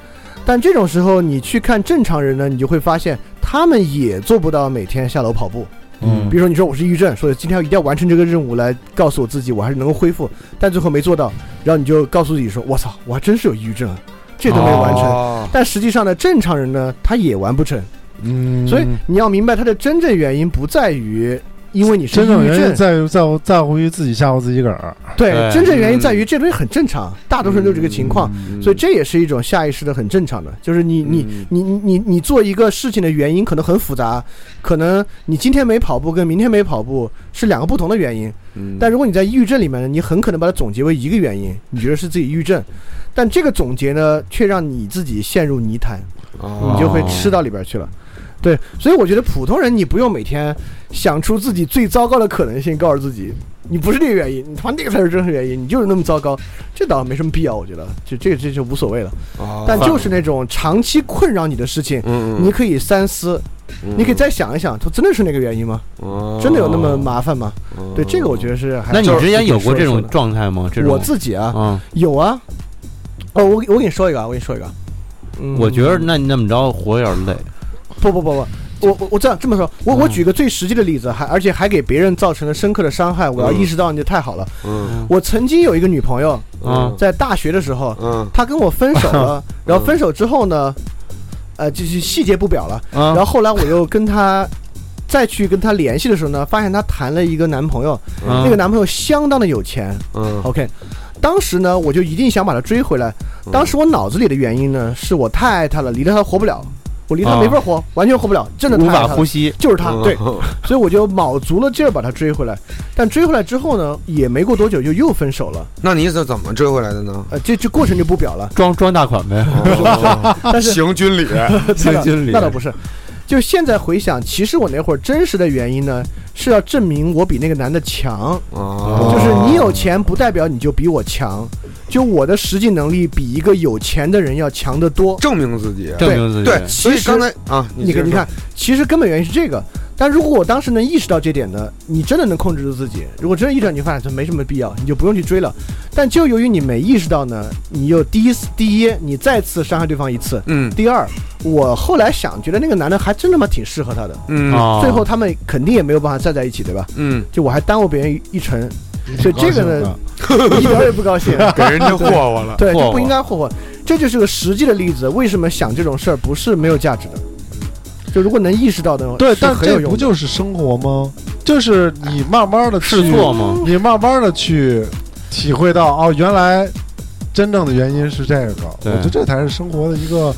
S4: 但这种时候，你去看正常人呢，你就会发现他们也做不到每天下楼跑步。
S2: 嗯
S4: 比如说你说我是抑郁症，说今天一定要完成这个任务来告诉我自己我还是能够恢复，但最后没做到，然后你就告诉自己说，我操，我还真是有抑郁症，啊，这都没完成。
S3: 哦
S4: 但实际上呢，正常人呢他也完不成，
S2: 嗯，
S4: 所以你要明白，它的真正原因不在于因为你是抑
S2: 真正
S4: 郁
S2: 原因
S4: 症，
S2: 在于在乎在乎于自己吓唬自己个儿，
S4: 对，
S5: 对
S4: 真正原因在于这东西很正常，
S2: 嗯
S4: 大多数人都是这个情况，
S3: 嗯
S4: 所以这也是一种下意识的很正常的，就是你你
S3: 嗯
S4: 你你你你做一个事情的原因可能很复杂，可能你今天没跑步跟明天没跑步是两个不同的原因，
S3: 嗯
S4: 但如果你在抑郁症里面呢，你很可能把它总结为一个原因，你觉得是自己抑郁症，但这个总结呢，却让你自己陷入泥潭，
S3: 哦
S4: 你就会吃到里边去了。对，所以我觉得普通人你不用每天想出自己最糟糕的可能性，告诉自己你不是这个原因，你他妈那个才是真实原因，你就是那么糟糕，这倒没什么必要，我觉得就这这就无所谓了。
S3: 哦
S4: 但就是那种长期困扰你的事情，
S3: 嗯，
S4: 你可以三思，
S3: 嗯
S4: 你可以再想一想，说真的是那个原因吗？
S3: 哦
S4: 真的有那么麻烦吗？
S3: 哦
S4: 对，这个我觉得是还。
S5: 那你之前有过这
S4: 说
S5: 种
S4: 的
S5: 状态吗？这种
S4: 我自己啊，
S5: 嗯，
S4: 有啊。哦，我给我给你说一个，啊，我给你说一个。嗯
S5: 我觉得那你那么着活有点累。
S4: 不不不不，我我我这样这么说，我我
S5: 嗯
S4: 举个最实际的例子，还而且还给别人造成了深刻的伤害，我要
S3: 嗯
S4: 意识到你就太好了。
S3: 嗯
S4: 我曾经有一个女朋友，
S5: 嗯
S4: 在大学的时候，
S3: 嗯
S4: 她跟我分手 了，然后分手之后呢，呃，就是细节不表了。
S5: 啊
S4: 然后后来我又跟她再去跟她联系的时候呢，发现她谈了一个男朋友，
S5: 嗯
S4: 那个男朋友相当的有钱，
S3: 嗯
S4: OK，当时呢，我就一定想把他追回来。
S5: 嗯
S4: 当时我脑子里的原因呢，是我太爱他了，离了他活不了，我离他没法活，完全活不了，真的
S5: 啊
S4: 太
S5: 无
S4: 爱
S5: 法
S4: 他了
S5: 呼，吸，
S4: 就是他，
S3: 嗯
S4: 对，所以我就卯足了劲儿把他追回来。但追回来之后呢，也没过多久就又分手了，
S3: 那你是怎么追回来的 呢？
S4: 呃，这这过程就不 表了。
S5: 装装大款呗。
S4: 但是
S3: 哦行军礼，啊
S4: 这个
S5: 经理
S4: 那倒不是，就现在回想，其实我那会儿真实的原因呢，是要证明我比那个男的强。
S3: 哦
S4: 就是你有钱不代表你就比我强，就我的实际能力比一个有钱的人要强得多。
S3: 证明自己，
S5: 证明自己。
S3: 对，所以
S4: 其实
S3: 刚才啊，
S4: 你
S3: 接着
S4: 看，你
S3: 说
S4: 看，，其实根本原因是这个。但如果我当时能意识到这点呢，你真的能控制住自己。如果真的意识到，你就发现这没什么必要，你就不用去追了。但就由于你没意识到呢，你又第一次，第一，你再次伤害对方一次；
S3: 嗯
S4: 第二，我后来想，觉得那个男的还真他妈挺适合她的。
S3: 嗯
S5: 哦
S4: 最后他们肯定也没有办法再在一起，对吧？
S3: 嗯，
S4: 就我还耽误别人一一程，所以
S2: 啊
S4: 这个呢，
S2: 呢，
S4: 一点儿也不高兴。
S3: 给人家霍霍了，
S4: 对，
S5: 霍
S4: 这不
S5: 霍
S4: 应该霍霍，这就是个实际的例子。为什么想这种事儿不是没有价值的？就如果能意识到的，
S2: 对，
S4: 是
S2: 但
S4: 很有
S2: 这
S4: 用
S2: 不
S4: 的。
S2: 就是生活吗？就是你慢慢的
S5: 试错吗？
S2: 你慢慢的去体会到哦，原来真正的原因是这个。我
S5: 对
S2: 觉得这才是生活的一个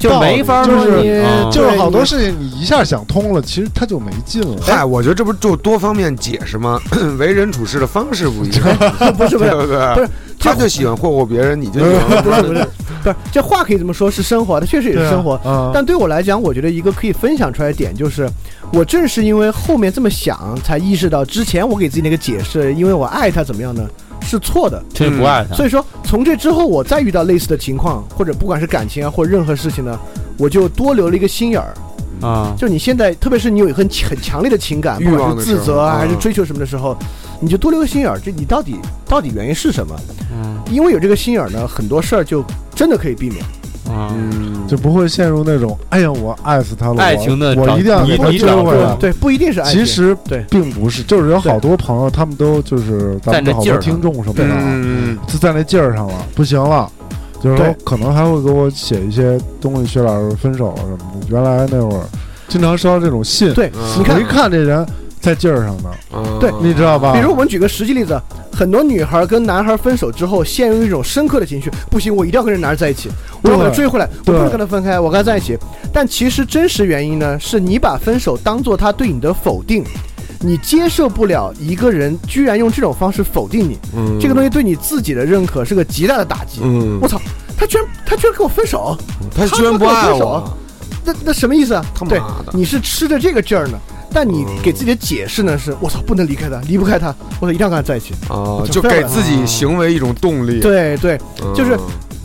S5: 就
S2: 道理
S5: 没法
S2: 就
S5: 说
S2: 是啊
S5: 你嗯
S2: 就是好多
S4: 事，
S2: 事情你一下想通了，其实它就没劲了。
S3: 嗨，我觉得这不就多方面解释吗？ 为人处事的方式不一样，
S4: 不是不
S3: 对
S4: 是
S3: 不
S4: 不
S3: 对
S4: 是？
S3: 他就喜欢霍霍别人，你 就喜欢
S4: 不是不是不是，这话可以这么说，是生活，它确实也
S2: 对
S4: 是
S2: 啊
S4: 生活。
S2: 嗯
S4: 但对我来讲，我觉得一个可以分享出来的点就是，我正是因为后面这么想，才意识到之前我给自己那个解释，因为我爱他怎么样呢，是错的。
S5: 其实不爱他，
S4: 所以说，从这之后，我再遇到类似的情况，或者不管是感情啊，或者任何事情呢，我就多留了一个心眼儿。
S5: 啊，
S4: 就你现在，特别是你有很很强烈的情感，
S3: 欲
S4: 不
S3: 望
S4: 管
S3: 的
S4: 是
S3: 时候
S4: 自责啊，
S3: 嗯
S4: 还是追求什么的时候，你就多留个心眼儿，这你到底到底原因是什么？
S5: 嗯
S4: 因为有这个心眼儿呢，很多事儿就真的可以避免。
S5: 嗯，
S3: 嗯，
S2: 就不会陷入那种哎呀，我爱死他了，
S5: 爱情的
S2: 我
S5: 找
S2: 我一定要给
S5: 你
S2: 他
S5: 你
S2: 追
S5: 找
S2: 回来
S5: 出。
S4: 对，不一定是爱情。
S2: 其实
S4: 对
S2: 并不是，就是有好多朋友，他们都就是咱
S5: 在
S2: 们
S5: 那
S2: 的
S5: 劲
S2: 好多
S5: 儿上
S2: 听众什么的啊，
S3: 嗯
S2: 就在那劲儿上了，不行了，就是说
S4: 对
S2: 可能还会给我写一些东西，薛老师分手了什么的。原来那会儿经常收到这种信，
S4: 对，
S3: 嗯
S4: 你
S2: 我
S4: 看
S2: 一，看这人在劲儿上呢，
S3: 嗯，
S4: 对
S2: 你知道吧？
S4: 比如我们举个实际例子，很多女孩跟男孩分手之后，陷入一种深刻的情绪，不行，我一定要跟这男孩在一起，我要把他
S2: 对
S4: 追回来，我
S2: 对
S4: 不能跟他分开，我跟他在一起。但其实真实原因呢，是你把分手当做他对你的否定。你接受不了一个人居然用这种方式否定你，
S3: 嗯
S4: 这个东西对你自己的认可是个极大的打击。
S3: 嗯
S4: 我，操，他居然他居然跟我分手，
S3: 他居然不爱我，
S4: 那那什么意思啊？
S3: 他
S4: 对
S3: 妈的，
S4: 你是吃着这个劲儿呢，但你给自己的解释呢是，我操，不能离开他，离不开他，我操，一定要跟他在一起。
S3: 啊，
S4: 我
S3: 就
S4: 就废
S3: 给
S4: 了
S3: 自己行为一种动力，
S4: 对对，
S3: 嗯
S4: 就是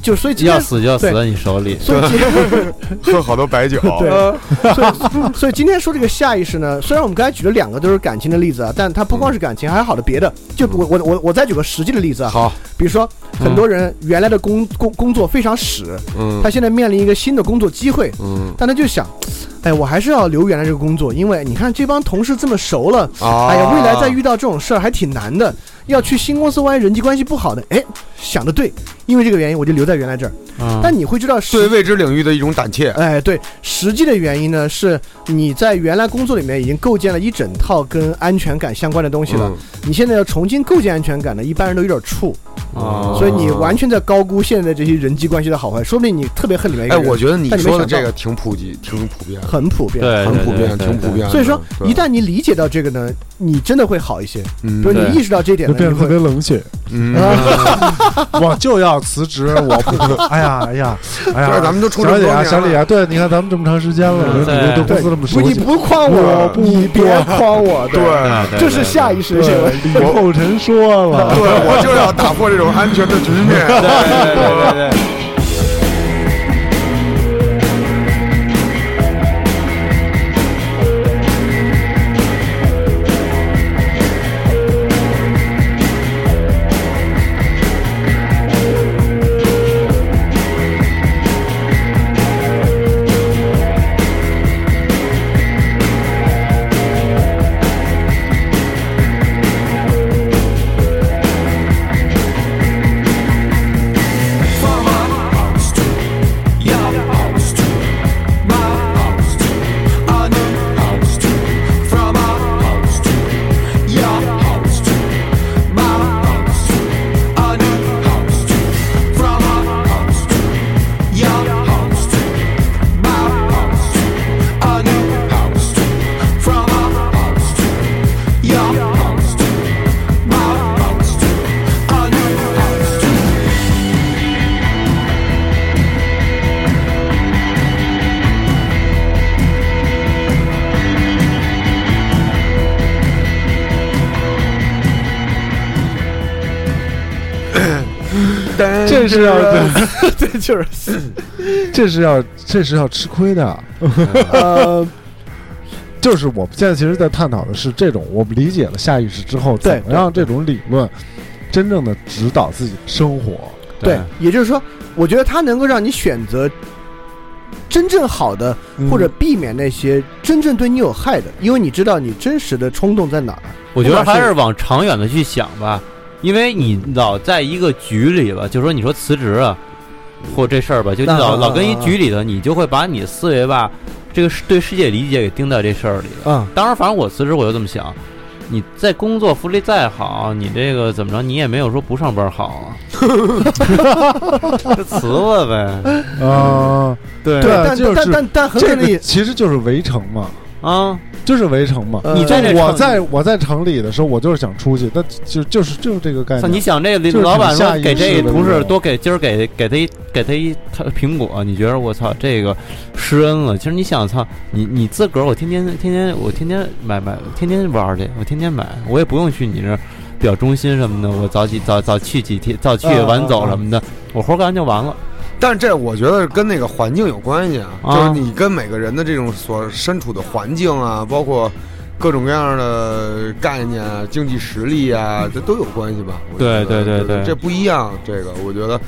S4: 就所以今
S5: 要
S4: 天，
S5: 死就要死在你手里。
S4: 所以今天，
S3: 喝好多白酒，嗯
S4: 对，所以 所以今天说这个下意识呢，虽然我们刚才举了两个都是感情的例子啊，但它不光是感情，还有好的别的。就我我我我再举个实际的例子啊，
S3: 好，
S4: 比如说很多人原来的工工工作非常屎，
S3: 嗯
S4: 他现在面临一个新的工作机会，
S3: 嗯
S4: 但他就想，哎，我还是要留原来这个工作，因为你看这帮同事这么熟了，
S3: 啊，
S4: 哎呀，未来再遇到这种事儿还挺难的，要去新公司，万一人际关系不好的，哎，想的对，因为这个原因我就留在原来这儿。
S5: 嗯
S4: 但你会知道实
S3: 啊对未知领域的一种胆怯。
S4: 哎，对，实际的原因呢，是你在原来工作里面已经构建了一整套跟安全感相关的东西了，
S3: 嗯
S4: 你现在要重新构建安全感呢，一般人都有点怵，
S3: 啊
S5: 哦
S4: 所以你完全在高估现在这些人际关系的好坏，说不定你特别恨里面一个
S3: 哎，
S4: 人，
S3: 我觉得你
S4: 但你没
S3: 说的
S4: 想到
S3: 这个挺普及，挺普遍的，
S4: 很普遍。
S5: 对，
S3: 很
S5: 对
S3: 普遍，
S5: 对对
S3: 挺普
S5: 对
S3: 遍的。
S4: 所以说，
S3: 对
S4: 一旦你理解到这个呢，你真的会好一些。
S3: 嗯
S4: 比如
S5: 对
S4: 你意啊识到这一点
S2: 就
S4: 呢，
S2: 变
S4: 你
S2: 得特
S4: 会
S2: 别冷 血。
S3: 嗯，
S2: 我就要辞职，我不，哎呀，哎呀，哎
S3: 就
S2: 呀，
S3: 是咱们都出这
S2: 小
S3: 么
S2: 李
S3: 多
S2: 啊，
S3: 年
S2: 小李
S3: 了，
S2: 啊，对，你看咱们这么长时间了，我跟
S5: 对
S2: 你对公司这么熟
S4: 不，你
S2: 悉，
S4: 不诓我，
S2: 不
S4: 你别诓我，
S3: 对，
S5: 对 对
S4: 这
S5: 对
S4: 是下意识的行为
S2: 对。，李厚辰说
S3: 对
S2: 了，
S3: 我就要打破这种安全的局面。
S5: 对对对对对。
S2: 这是要，
S4: 对，就是
S2: 这是要，这是要吃亏的。
S4: 呃，
S2: 就是我们现在其实，在探讨的是这种，我们理解了下意识之后，
S4: 对
S2: 怎么让这种理论真正的指导自己的生活。
S4: 对，也就是说，我觉得它能够让你选择真正好的，
S2: 嗯
S4: 或者避免那些真正对你有害的，因为你知道你真实的冲动在哪儿。
S5: 我觉得还是往长远的去想吧，因为你老在一个局里吧，就说你说辞职啊，或这事儿吧，就你
S4: 啊
S5: 老
S4: 啊
S5: 老跟一
S4: 啊
S5: 局里头，你就会把你的思维吧，这个世对世界理解给盯在这事儿里了。
S2: 嗯
S4: 啊，
S5: 当然，反正我辞职我就这么想，你在工作福利再好，你这个怎么着，你也没有说不上班好啊，就辞了呗，
S4: 嗯
S2: 啊，
S5: 对
S2: 对
S4: 但
S2: 就是
S4: 但但但很可
S2: 这
S4: 能
S2: 个
S4: 也，
S2: 其实就是围城嘛，
S5: 啊，
S2: 就是围城嘛。
S4: 呃
S5: 你在这
S2: 我
S5: 城
S2: 在我在城里的时候，我就是想出去，但就就是就是这个概
S5: 操！你
S2: 念。
S5: 想这
S2: 哎就是
S5: 老板
S2: 挺
S5: 说
S2: 下意
S5: 给这
S2: 识的
S5: 同
S2: 那
S5: 事
S2: 种
S5: 多给今儿给给他一给他一苹果，你觉得我操这个施恩了？其实你想操你你自个儿，我天天天天我天天买买，天天玩儿去，我天天买，我也不用去你这儿表忠心什么的，我早起早早去几天，早去
S4: 啊
S2: 嗯
S4: 啊
S5: 晚走
S4: 啊
S5: 什么的，我活儿干完就完 了。
S3: 但这我觉得跟那个环境有关系啊，
S5: 啊
S3: 就是你跟每个人的这种所身处的环境啊，包括各种各样的概念啊、经济实力啊，这都有关系吧？我觉得
S5: 对对对
S3: 就是
S5: 对
S3: 这不一样。这个我觉得，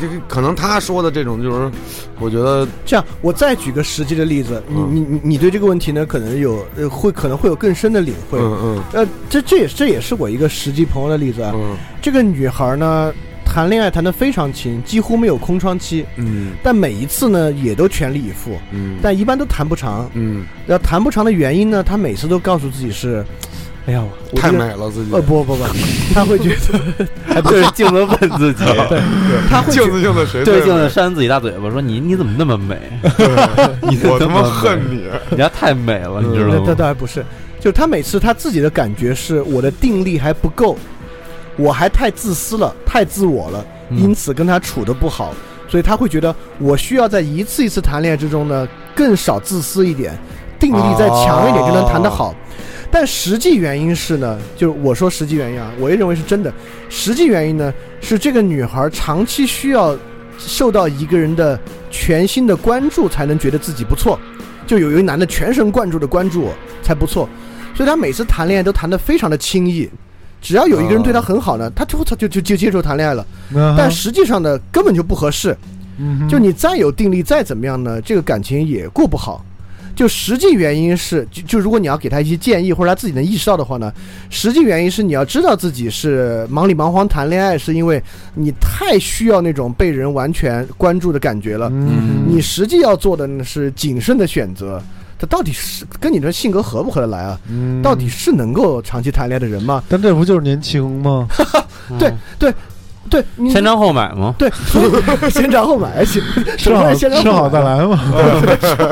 S3: 这个可能他说的这种就是，我觉得
S4: 这样，我再举个实际的例子，你
S3: 嗯
S4: 你你你对这个问题呢，可能有呃会可能会有更深的领会。
S3: 嗯
S4: 呃，这这也这也是我一个实际朋友的例子啊。
S3: 嗯
S4: 这个女孩呢，谈恋爱谈得非常勤，几乎没有空窗期，
S3: 嗯
S4: 但每一次呢也都全力以赴，
S3: 嗯，
S4: 但一般都谈不长。
S3: 嗯
S4: 要谈不长的原因呢，她每次都告诉自己是，哎呀，我
S3: 太
S4: 这个
S3: 美了自己
S4: 呃，不 不不，她会觉得，
S5: 还对着镜子问自己，
S4: 她会觉
S3: 镜子镜子谁
S5: 对着
S3: 最
S5: 镜
S3: 美
S5: 子扇自己大嘴巴，说你你怎么那么美？ 你
S3: 我他
S5: 怎
S3: 妈
S5: 么
S3: 恨
S5: 美，
S3: 你！
S5: 你家太美了，你知
S4: 那
S5: 道
S4: 那
S5: 吗？
S4: 倒还不是，就她每次她自己的感觉是我的定力还不够，我还太自私了，太自我了，
S5: 嗯
S4: 因此跟她处的不好，所以她会觉得我需要在一次一次谈恋爱之中呢，更少自私一点，定力再强一点就能谈得好。但实际原因是呢，就是我说实际原因啊，我也认为是真的。实际原因呢是这个女孩长期需要受到一个人的全心的关注，才能觉得自己不错。就有一个男的全神贯注的关注我才不错，所以她每次谈恋爱都谈得非常的轻易。只要有一个人对她很好呢，她就就就就就接受谈恋爱了。
S2: 嗯哼
S4: 但实际上呢，根本就不合适。
S2: 嗯哼
S4: 就你再有定力，再怎么样呢，这个感情也过不好。就实际原因是，就就如果你要给他一些建议，或者他自己能意识到的话呢，实际原因是你要知道自己是忙里忙慌谈恋爱，是因为你太需要那种被人完全关注的感觉了。
S2: 嗯
S4: 你实际要做的呢是谨慎的选择，他到底是跟你的性格合不合得来啊？
S2: 嗯
S4: 到底是能够长期谈恋爱的人吗？
S2: 但这不就是年轻 吗？
S4: 对对，你
S5: 先。张后买嘛，
S4: 对， 所以先斩后买，先
S2: 吃好
S4: 先斩
S2: 吃
S4: 后
S2: 好
S4: 买
S2: 再来嘛。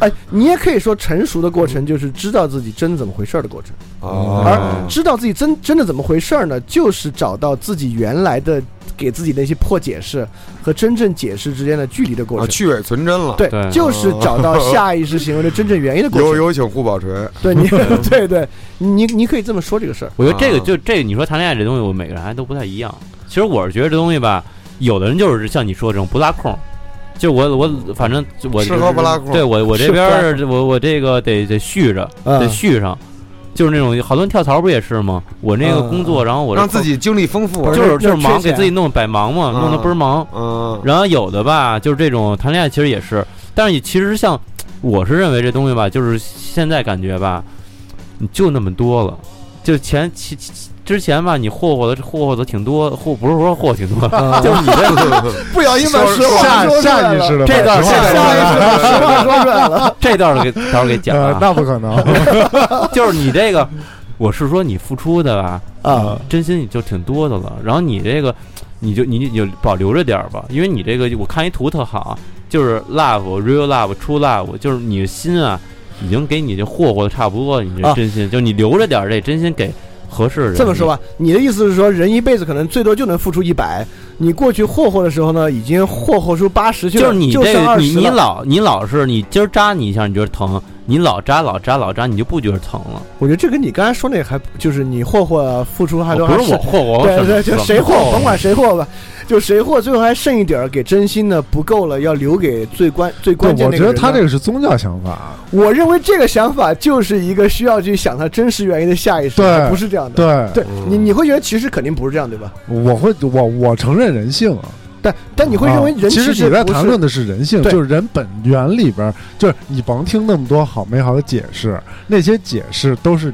S4: 哎，你也可以说成熟的过程就是知道自己真怎么回事儿的过程，而
S3: 哦，
S4: 知道自己真真的怎么回事儿呢，就是找到自己原来的给自己的一些破解释和真正解释之间的距离的过
S3: 啊，
S4: 程。
S3: 去伪存真了。
S4: 对，
S5: 对
S4: 就是找到下意识行为的真正原因的过
S3: 有
S4: 程。
S3: 有请护宝锤。
S4: 对你，对对，你你可以这么说这个事儿。
S5: 我觉得这个
S3: 啊
S5: 就这你说谈恋爱这东西，我每个人还都不太一样。其实我是觉得这东西吧，有的人就是像你说的这种不拉空，就我我反正就我
S3: 吃
S5: 就是
S3: 喝不拉空
S5: 对我我
S4: 吃
S5: 这边儿我我这个得得续着，
S4: 嗯
S5: 得续上，就是那种好多人跳槽不也是吗？我那个工作，然后我这
S3: 嗯让自己经历丰富。
S5: 就是就是忙，
S4: 缺钱
S5: 给自己弄百忙嘛，
S3: 嗯
S5: 弄得倍儿忙。
S3: 嗯，
S5: 然后有的吧，就是这种谈恋爱其实也是，但是你其实像我是认为这东西吧，就是现在感觉吧，你就那么多了，就前其其其之前吧，你霍霍的霍霍的挺多，霍不是说霍霍挺 多，就是你这
S4: 不小心把实
S3: 说
S4: 话
S2: 善
S4: 说出来
S2: 善意
S4: 了，
S2: 识的
S5: 这段
S2: 吧
S5: 儿
S2: 实话
S5: 这段儿
S4: 实话说出来了。
S5: 这段儿给到时候给讲
S2: 呃，
S5: 啊，
S2: 那不可能
S5: 就是你这个，我是说你付出的吧，
S2: 啊！
S5: 真心你就挺多的了。然后你这个，你就你你就保留着点儿吧，因为你这个我看一图特好啊，就是 love real love true love，就是你的心啊，已经给你这霍霍的差不多，了，你
S4: 啊
S5: 这真心、就你留着点儿这真心给合适的人。
S4: 这么说，吧，你的意思是说，人一辈子可能最多就能付出一百，你过去霍霍的时候呢，已经霍霍出八十去了，
S5: 就
S4: 就是
S5: 你这
S4: 剩
S5: 个
S4: 二
S5: 你
S4: 十
S5: 你
S4: 了。
S5: 老你老是你今儿扎你一下你觉得疼，你老扎老扎老扎你就不觉得疼了。
S4: 我觉得这跟你刚才说那个还就是你霍霍付出还
S5: 哦
S4: 都
S5: 不
S4: 还
S5: 是我哦霍霍，
S4: 对
S5: 什
S4: 对，就
S5: 么
S4: 谁
S5: 什
S4: 霍
S5: 么
S4: 甭管谁霍吧，就谁霍，最后还剩一点儿给真心的不够了，要留给最关最
S2: 对
S4: 关，键
S2: 我
S4: 那
S2: 觉
S4: 个
S2: 得
S4: 人呢。
S2: 他这个是宗教想法，啊
S4: 我认为这个想法就是一个需要去想他真实原因的下意识，
S2: 对
S4: 而不是这样的。
S2: 对，
S4: 对你你会觉得其实肯定不是这样，对吧？
S2: 我会我我承认人性啊，
S4: 但但你会认为
S2: 啊
S4: 人
S2: 其
S4: 实
S2: 你在
S4: 不
S2: 谈
S4: 是
S2: 论的是人性，
S4: 对
S2: 就是人本源里边儿，就是你甭听那么多好美好的解释，那些解释都是你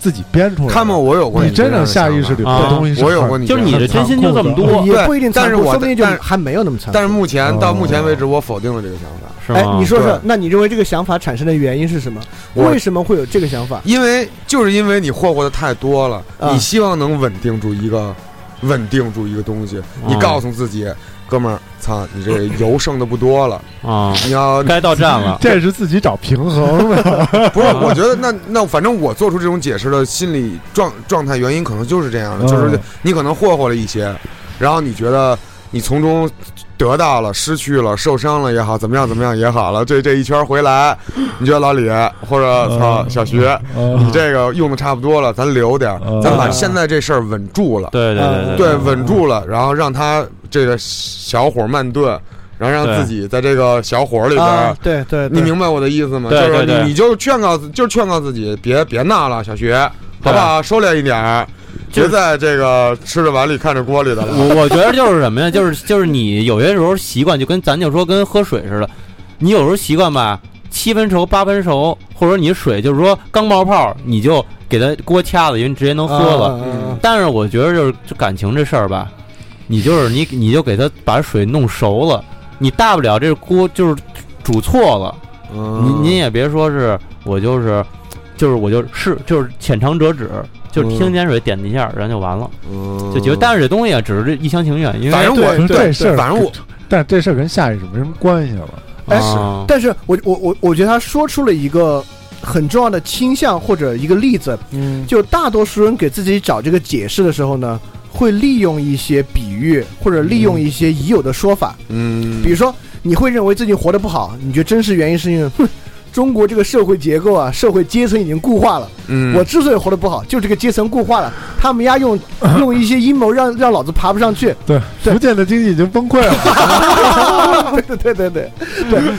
S2: 自己编出来的。
S3: 看嘛，我有过
S2: 你真
S3: 正
S2: 正下意识里
S5: 啊
S2: 的东西是很，
S3: 我有过你这
S5: 就是
S3: 样
S5: 你
S3: 想
S5: 的
S3: 法，
S5: 真心就这么多，
S4: 哦也
S3: 对
S4: 不一定
S3: 但
S4: 残
S3: 是
S4: 酷，
S3: 我
S4: 说不定就
S3: 但是
S4: 还没有那么残酷。
S3: 但是目前到目前为止，
S2: 哦
S3: 我否定了这个想法，
S5: 是
S4: 哎
S5: 吗？，
S4: 你说说
S3: 对，
S4: 那你认为这个想法产生的原因是什么？
S3: 我
S4: 为什么会有这个想法？
S3: 因为就是因为你霍霍的太多了，
S4: 啊
S3: 你希望能稳定住一个稳定住一个东西，你告诉自己，哥们儿，操，你 这油剩的不多了，
S5: 啊，
S3: 你 要
S5: 该到站了。
S2: 这是自己找平衡啊 的。
S3: 不是，我觉得那那反正我做出这种解释的心理状状态原因，可能就是这样的，
S2: 嗯
S3: 就是你可能霍霍了一些，然后你觉得你从中得到了、失去了、受伤了也好，怎么样怎么样也好了，这这一圈回来，你觉得老李或者操
S2: 嗯
S3: 小徐，你这个用的差不多了，咱留点儿，
S2: 嗯
S3: 咱把现在这事儿稳住了，
S5: 对对
S4: 啊
S5: 对
S3: 对，稳住了，然后让他这个小火慢炖，然后让
S5: 对
S3: 自己在这个小火里边儿
S4: 啊，对对，
S3: 呃你
S4: 对
S3: 明白我的意思吗？
S5: 对
S3: 就是
S5: 对对
S3: 你你就劝告自，就劝告自己，别别闹了，小徐，好
S5: 对
S3: 不好？收敛一点儿，
S5: 就
S3: 别
S5: 是
S3: 在这个吃着碗里看着锅里的了。
S5: 我我觉得就是什么呀？就是就是你有些时候习惯，就跟咱就说跟喝水似的，你有时候习惯吧，七分熟八分熟，或者你水就是说刚冒泡，你就给它锅掐了，因为你直接能喝了。
S4: 啊啊啊
S5: 但是我觉得就是就感情这事儿吧，你就是你你就给它把水弄熟了，你大不了这锅就是煮错了，
S3: 嗯
S5: 您您也别说是我就是，就是我就是就是浅尝辄止，就是
S3: 嗯
S5: 听点水点一下，然后就完了，
S3: 嗯
S5: 就觉得。但是这东西啊，只是一厢情愿，因为
S3: 反正我
S2: 对
S3: 对
S2: 这事儿
S3: 反正我
S2: 但这事儿跟下意识没什么关系了。
S4: 哎
S5: 啊
S4: 但是我我我我觉得他说出了一个很重要的倾向或者一个例子，
S2: 嗯，
S4: 就大多数人给自己找这个解释的时候呢，会利用一些比喻或者利用一些已有的说法，
S3: 嗯，
S4: 比如说你会认为最近活得不好，你觉得真实原因是因为哼。中国这个社会结构啊，社会阶层已经固化了。
S3: 嗯
S4: 我之所以活得不好，就这个阶层固化了。他们家用用一些阴谋让让老子爬不上去。
S2: 对，福建的经济已经崩溃了。
S4: 对对对对对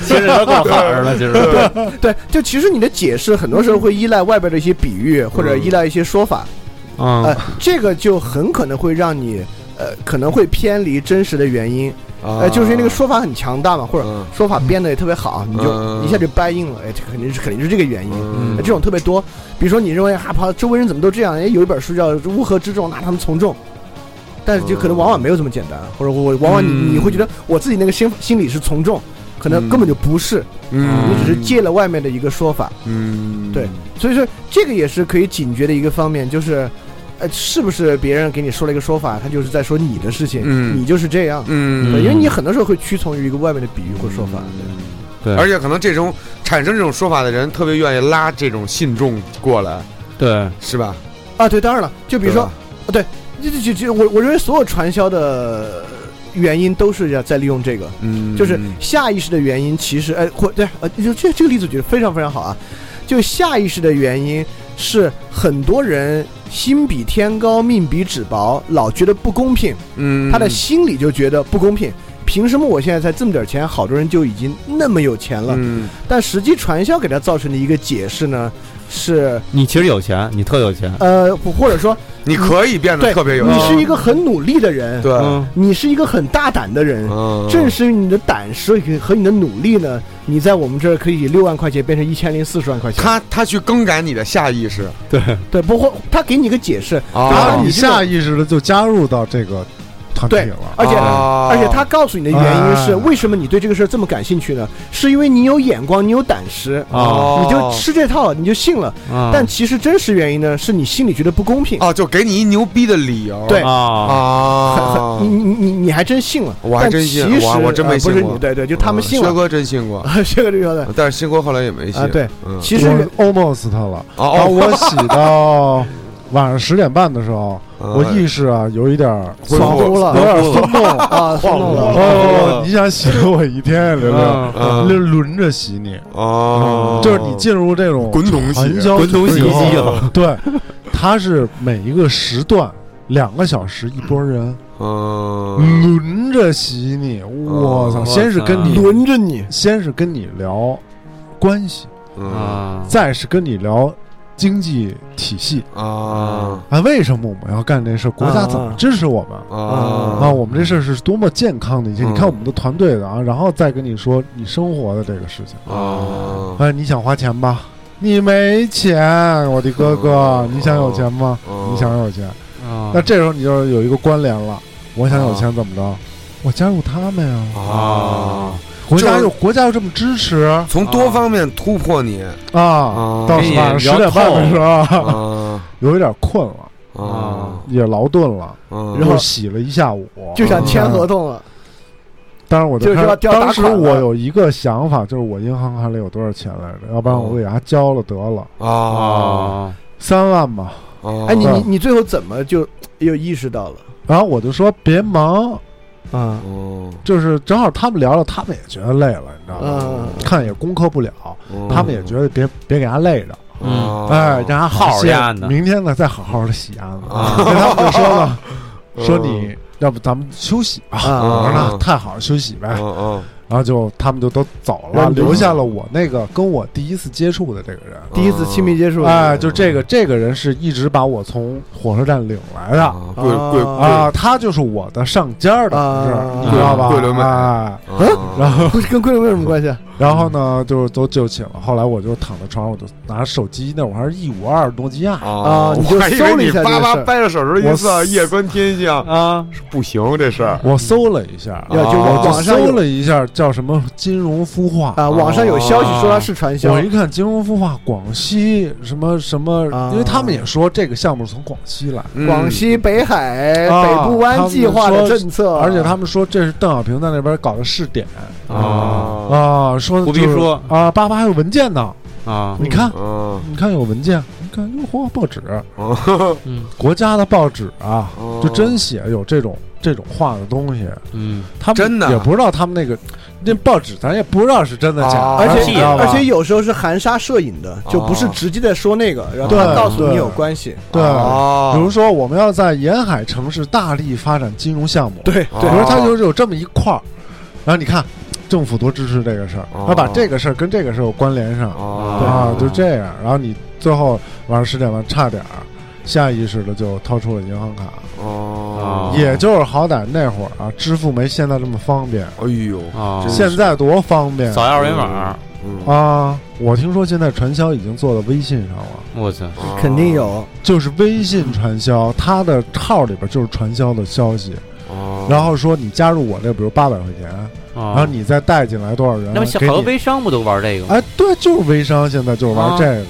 S5: 其实有点够好着呢，其实
S4: 对，就其实你的解释很多时候会依赖外边的一些比喻或者依赖一些说法。
S5: 嗯
S4: 呃，这个就很可能会让你，呃，可能会偏离真实的原因，
S3: 啊
S4: 哎，就是因为那个说法很强大嘛，或者
S3: 嗯
S4: 说法编的也特别好，你就
S3: 嗯
S4: 一下就掰硬了，哎，这肯定是肯定是这个原因。
S3: 嗯
S4: 哎这种特别多，比如说你认为啊，跑周围人怎么都这样？哎，有一本书叫《乌合之众》，拿他们从众，但是就
S3: 哦
S4: 可能往往没有这么简单，或者我往往你、
S5: 嗯
S4: 你会觉得我自己那个心心理是从众，可能
S3: 嗯
S4: 根本就不是，
S3: 嗯，
S4: 你只是借了外面的一个说法，
S3: 嗯，
S4: 对所以说这个也是可以警觉的一个方面，就是，呃，是不是别人给你说了一个说法，他就是在说你的事情，
S3: 嗯
S4: 你就是这样，
S3: 嗯，
S4: 对因为你很多时候会屈从于一个外面的比喻或说法，
S5: 对
S3: 而且可能这种产生这种说法的人，特别愿意拉这种信众过来，
S5: 对，
S3: 是吧？
S4: 啊，对，当然了，就比如
S3: 对
S4: 说
S3: 吧，
S4: 这这这这，我我认为所有传销的原因都是要在利用这个，
S3: 嗯，
S4: 就是下意识的原因，其实哎，或对呃，就这这个例子举得非常非常好啊，就下意识的原因是很多人心比天高，命比纸薄，老觉得不公平，
S3: 嗯，
S4: 他的心里就觉得不公平。凭什么我现在才这么点钱，好多人就已经那么有钱了？
S3: 嗯
S4: 但实际传销给他造成的一个解释呢，是
S5: 你其实有钱，你特有钱，
S4: 呃，或或者说
S3: 你可以变得
S4: 对
S3: 嗯特别有
S4: 你
S3: 钱，
S4: 是一个很努力的人，
S3: 对，
S5: 嗯，
S4: 你是一个很大胆的人，
S3: 嗯，
S4: 正是你的胆识和你的努力呢，你在我们这儿可以以六万块钱变成一千零四十万块钱。
S3: 他他去更改你的下意识
S5: 对，
S4: 对，不会，他给你一个解释，
S2: 然
S3: 啊
S2: 后你
S4: 这种
S2: 下意识的就加入到这个团体
S4: 对
S2: 了，
S4: 而且、
S3: 啊
S4: 而且他告诉你的原因是，
S2: 哎
S4: 为什么你对这个事儿这么感兴趣呢？是因为你有眼光，你有胆识，
S3: 哦
S5: 啊
S4: 你就吃这套了，你就信了。
S5: 啊，
S4: 但其实真实原因呢，是你心里觉得不公平。
S3: 哦，就给你一牛逼的理由，
S4: 对
S5: 啊，
S4: 很
S3: 啊
S4: 很，你你你你还真信了，
S3: 我还
S4: 但
S3: 真信
S4: 其实
S3: 我我真没
S4: 呃不
S3: 信
S4: 是
S3: 过啊
S4: 你，对对，就他们信
S3: 薛
S4: 了，
S3: 哥真信过，
S4: 这个就有点，
S3: 但是信过后来也没信
S4: 啊对，
S3: 嗯，
S4: 其实
S2: 我 almost 了。然后
S3: 哦
S2: 我洗到晚上十点半的时候，
S5: 嗯
S3: 哦，
S2: 我意识啊有一点儿
S3: 恢
S4: 恍
S3: 复
S4: 惚
S2: 有点
S4: 了
S2: 儿松动。
S4: 啊，晃动了。
S2: 哦，你想洗了我一天，刘
S5: 嗯
S2: 刘，
S3: 嗯
S2: 就轮着洗你，
S3: 哦，
S2: 就是你进入这种
S3: 滚筒洗
S2: 传销
S5: 滚筒洗衣机
S2: 以后
S5: 了，
S2: 对，它是每一个时段两个小时一波人
S3: 嗯
S2: 轮着洗你，我操！
S5: 我
S2: 先是跟你
S5: 操
S4: 轮着你，
S2: 先是跟你聊关系，
S3: 嗯
S5: 啊，
S2: 再是跟你聊经济体系
S3: 啊
S2: 啊，为什么我们要干这事儿？国家怎么支持我们？
S3: 啊
S2: 啊，我们这事儿是多么健康的一件！
S3: 嗯
S2: 你看我们的团队的啊，然后再跟你说你生活的这个事情。
S3: 啊
S2: 哎，你想花钱吧？你没钱，我的哥哥，
S3: 嗯
S2: 你想有钱吗？
S3: 嗯
S2: 你想有钱，
S5: 啊
S2: 那这时候你就是有一个关联了。我想有钱怎么着？我加入他们呀！
S3: 啊，
S2: 国家
S3: 就是
S2: 又国家又这么支持
S3: 从多方面突破你
S2: 啊！到
S3: 给
S5: 你
S2: 晚上十点半的时候，
S3: 啊
S2: 有一点困了，
S3: 啊
S2: 也劳顿了，
S3: 啊
S4: 然后哦
S2: 又洗了一下午，
S4: 就想签
S2: 嗯
S4: 合同了。
S2: 当然我
S4: 就是
S2: 看
S4: 要要打
S2: 当时
S4: 款
S2: 我
S4: 了
S2: 有一个想法，就是我银行卡里有多少钱来着，要不然我给他交了得了，
S3: 啊
S5: 啊，
S2: 三万吧。
S3: 啊！
S4: 哎，你
S2: 嗯
S4: 你你最后怎么就又意识到了？
S2: 然后我就说别忙，
S4: 啊
S3: 哦
S2: 就是正好他们聊了，他们也觉得累了，你知道吗？
S4: 嗯
S2: 看也攻克不了，
S3: 嗯
S2: 他们也觉得别别给他累着，
S4: 嗯
S3: 哦
S2: 哎，让他
S5: 好好
S2: 歇
S5: 压呢
S2: 明天呢再好好的洗案子。
S3: 啊
S2: 跟他们就说了，说你
S3: 嗯
S2: 要不咱们休息吧。
S4: 啊！
S2: 我说那
S3: 嗯
S2: 太好了，休息呗。
S3: 嗯嗯
S2: 然后就他们就都走
S4: 然
S2: 了，
S4: 后就
S2: 留下了我那个跟我第一次接触的这个人。
S4: 第一次亲密接触，
S2: 哎，就这个这个人是一直把我从火车站领来的
S3: 啊，桂桂
S4: 啊
S2: 啊，他就是我的上家的同
S4: 啊
S2: 事，你知道吧？
S3: 桂纶镁
S2: 哎，
S3: 桂
S4: 嗯
S3: 啊
S2: 然后
S4: 跟桂纶镁有什么关系啊？
S2: 然后呢，就都就寝了。后来我就躺在床上，我就拿手机，那会儿还是一五二诺基亚，
S4: 啊你就
S3: 我还以
S4: 搜
S3: 为
S4: 了一
S3: 你
S4: 下这
S3: 叭
S4: 个
S3: 叭
S4: 事儿
S3: 掰着手指头一
S2: 我
S3: 算，夜观天象
S5: 啊，
S3: 不行，这事儿
S2: 我搜了一下，啊
S4: 要就
S2: 我
S4: 网
S2: 就
S4: 网上
S2: 搜
S4: 有
S2: 了一下叫什么金融孵化。
S4: 啊，网上有消息说他是传销
S2: 哦我一看金融孵化，广西什么什么
S4: 啊，
S2: 因为他们也说这个项目是从广西来，
S3: 嗯
S4: 嗯广西北海
S2: 嗯啊
S4: 北部湾计划的政策，啊
S2: 而且他们说这是邓小平在那边搞的试点，
S5: 啊
S3: 啊
S2: 啊，说
S5: 不必
S2: 就是
S5: 说
S2: 啊，爸爸还有文件呢，
S5: 啊，
S2: 你看，
S3: 啊
S2: 你看有文件，你看哟嚯，报纸，
S5: 嗯
S2: 国家的报纸啊，
S3: 哦
S2: 就真写有这种这种画的东西，
S5: 嗯，
S2: 他们
S3: 真的
S2: 也不知道他们那个那报纸，咱也不知道是真的假的，
S3: 啊
S4: 而
S2: 你
S4: 且
S2: 知道吧哦
S4: 而且有时候是含沙射影的，就不是直接在说那个，然后他
S2: 对
S4: 告诉你
S2: 对
S4: 有关系。
S2: 对。
S3: 啊
S2: 比如说，我们要在沿海城市大力发展金融项目。
S4: 对
S2: 比如说它就是有这么一块儿，然后你看，政府多支持这个事儿，然后把这个事儿跟这个事儿有关联上，
S3: 啊
S2: 啊，就这样。然后你最后晚上十点半差点儿下意识的就掏出了银行卡，
S3: 哦
S5: 啊
S2: 也就是好歹那会儿啊，支付没现在这么方便，
S3: 哎呦，
S5: 啊，
S3: 真是
S2: 现在多方便
S5: 扫二维码，
S3: 嗯，
S2: 啊！我听说现在传销已经做到微信上了，
S5: 我啊操，
S4: 肯定
S3: 啊
S4: 有，
S2: 就是微信传销，它的号里边就是传销的消息，
S3: 哦。
S2: 然后说你加入我这，比如八百块钱，然
S5: 啊
S2: 后，你再带进来多少人，
S5: 那么小
S2: 给
S5: 好多
S2: 你
S5: 微商不都玩这个吗？
S2: 哎，对，就是微商，现在就是玩
S5: 啊
S2: 这个，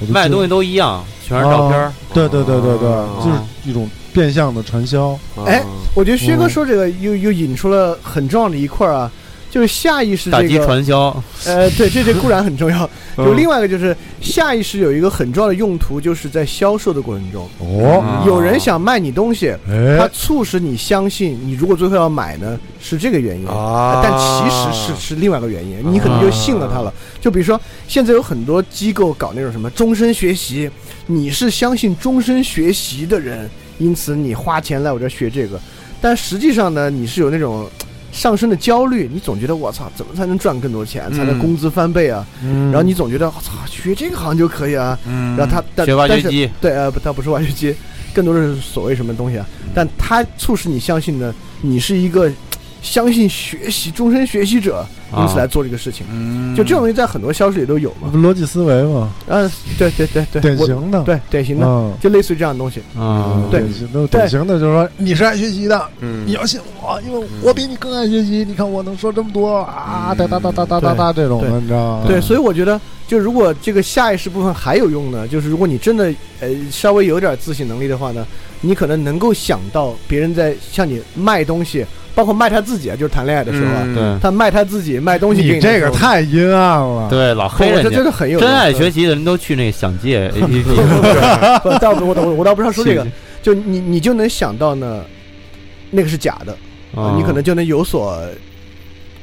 S2: 我就
S5: 卖
S2: 知
S5: 东西都一样，全是照片儿。
S2: 哦对对对对对，
S3: 啊
S4: 哦
S2: 就是一种变相的传销。
S4: 哎我觉得
S5: 嗯
S4: 薛哥说这个又又引出了很重要的一块儿啊，就是下意识
S5: 打击
S4: 这个，
S5: 传嗯销，
S4: 呃，对，这这固然很 重要，就另外一个就是下意识有一个很重要的用途，就是在销售的过程中，
S2: 哦，
S5: 啊
S4: 有人想卖你东西，他
S2: 哎，
S4: 促使你相信，你如果最后要买呢，是这个原因。
S3: 啊，
S4: 但其实是是另外一个原因，你可能就信了他了。就比如说，现在有很多机构搞那种什么终身学习，你是相信终身学习的人，因此你花钱来我这儿学这个，但实际上呢，你是有那种上升的焦虑，你总觉得我操，怎么才能赚更多钱，才
S3: 嗯
S4: 能工资翻倍啊？
S2: 然
S4: 然后你总觉得我操，学这个好像就可以啊。
S3: 嗯，
S4: 然后他但
S5: 学挖
S4: 但
S5: 掘
S4: 是
S5: 机，
S4: 对，呃，不，它不是挖掘机，更多的是所谓什么东西啊？
S5: 嗯
S4: 但它促使你相信呢，你是一个相信学习、终身学习者，
S5: 啊
S4: 因此来做这个事情。
S3: 嗯，
S4: 就这种东西在很多消息里都有嘛。
S2: 不逻辑思维嘛，
S4: 嗯、对对对对，
S2: 典
S4: 我
S2: 型的，
S4: 对典型的，
S2: 嗯，
S4: 就类似于这样的东西。
S5: 啊，
S4: 对
S2: 典型的典型的就是说你是爱学习的，
S3: 嗯，
S2: 你要信我，因为我比你更爱学习。你看我能说这么多啊，
S3: 嗯
S2: 哒哒哒哒哒哒哒这种的，你知道
S5: 嗯
S2: 吗？
S4: 对，所以我觉得，就如果这个下意识部分还有用呢，就是如果你真的呃稍微有点自省能力的话呢，你可能能够想到别人在向你卖东西，包括卖他自己啊，就是谈恋爱的时候啊，
S3: 嗯
S5: 对
S4: 他卖他自己卖东西给
S2: 你
S4: 的时
S2: 这个
S4: 候
S2: 太阴暗了。
S5: 对，老
S4: 不
S5: 黑
S4: 我这
S5: 人
S4: 真
S5: 家。
S4: 的很有
S5: 真爱
S4: 用
S5: 学习的人都去那个想借 A P
S4: 不倒不我我我倒不是要说这个
S5: 是，
S4: 就你你就能想到呢，那个是假的，
S2: 哦
S5: P，
S4: 你可能就能有所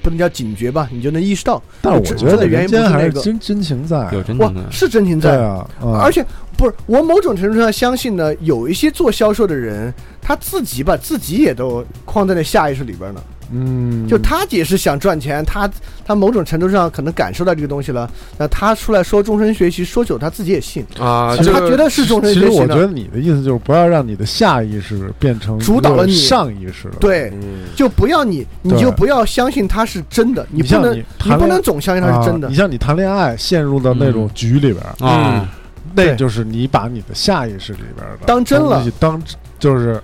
S4: 不能叫警觉吧，你就能意识到
S2: 但是我觉得人间还是
S4: 真的原因不是那个
S2: 真真情
S3: 哎
S2: 在，啊
S5: 有真
S4: 哇
S5: 正的
S4: 是真情
S2: 对
S4: 在，
S2: 啊，嗯
S4: 而且不是我某种程度上相信呢，有一些做销售的人他自己把自己也都框在那下意识里边呢，
S2: 嗯，
S4: 就他也是想赚钱，他他某种程度上可能感受到这个东西了，那他出来说终身学习说久，他自己也信，
S3: 啊，
S4: 他
S3: 这个
S4: 觉得是终身
S2: 其实
S4: 学习
S2: 我觉得
S4: 呢，
S2: 你的意思就是不要让你的下意识变成
S4: 主导了你
S2: 一个上意识了。
S4: 对。
S3: 嗯
S4: 就不要你，你
S2: 对
S4: 就不要相信它是真的，
S2: 你
S4: 不
S2: 像
S4: 能，
S2: 你
S4: 你
S2: 谈
S4: 不
S2: 恋
S4: 能总相信它是真的
S2: 啊
S4: 嗯
S2: 你。像你谈恋爱陷入到那种局里边儿，
S5: 啊，
S3: 嗯
S2: 那就是你把你的下意识里边儿的
S4: 当真了
S2: 东西当就是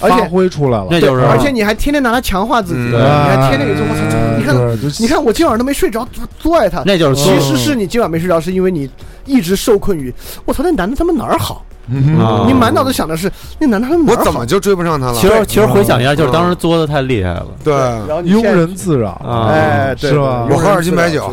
S4: 而且
S2: 发挥出来了，
S5: 那
S4: 对
S5: 就是
S4: 而且你还天天拿它强化自己，
S3: 嗯
S4: 你
S5: 对
S4: 还天天给做，我
S2: 哎
S4: 操你看，
S2: 对就
S4: 你看我今晚上都没睡着，多多爱他。
S5: 那就是
S4: 其
S5: 说
S3: 哦
S4: 实是你今晚没睡着，是因为你一直受困于我操，那男的他妈哪儿好？
S2: 嗯
S5: 啊
S4: 你满脑子想的是那男的他妈
S3: 我
S4: 哪儿
S3: 怎
S4: 好
S3: 么？就追不上他了？
S5: 其实其实回想一下，就是当时作的太厉害了，
S3: 对，
S4: 然后你
S2: 嗯庸
S4: 现在
S2: 人自扰
S5: 啊
S4: 哎，对
S2: 是吧
S4: 对
S3: 我喝二斤白酒，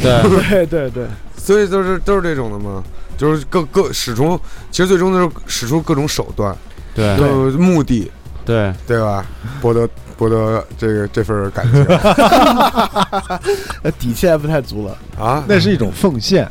S5: 对，
S4: 对对 对，
S3: 所以都是都是这种的嘛，就是各各使出，其实最终就是使出各种手段，
S5: 对
S3: 就是目的，
S5: 对，
S3: 对吧？博得博得这个这份感情
S4: 呃底气还不太足了。
S3: 啊，
S2: 那是一种奉献，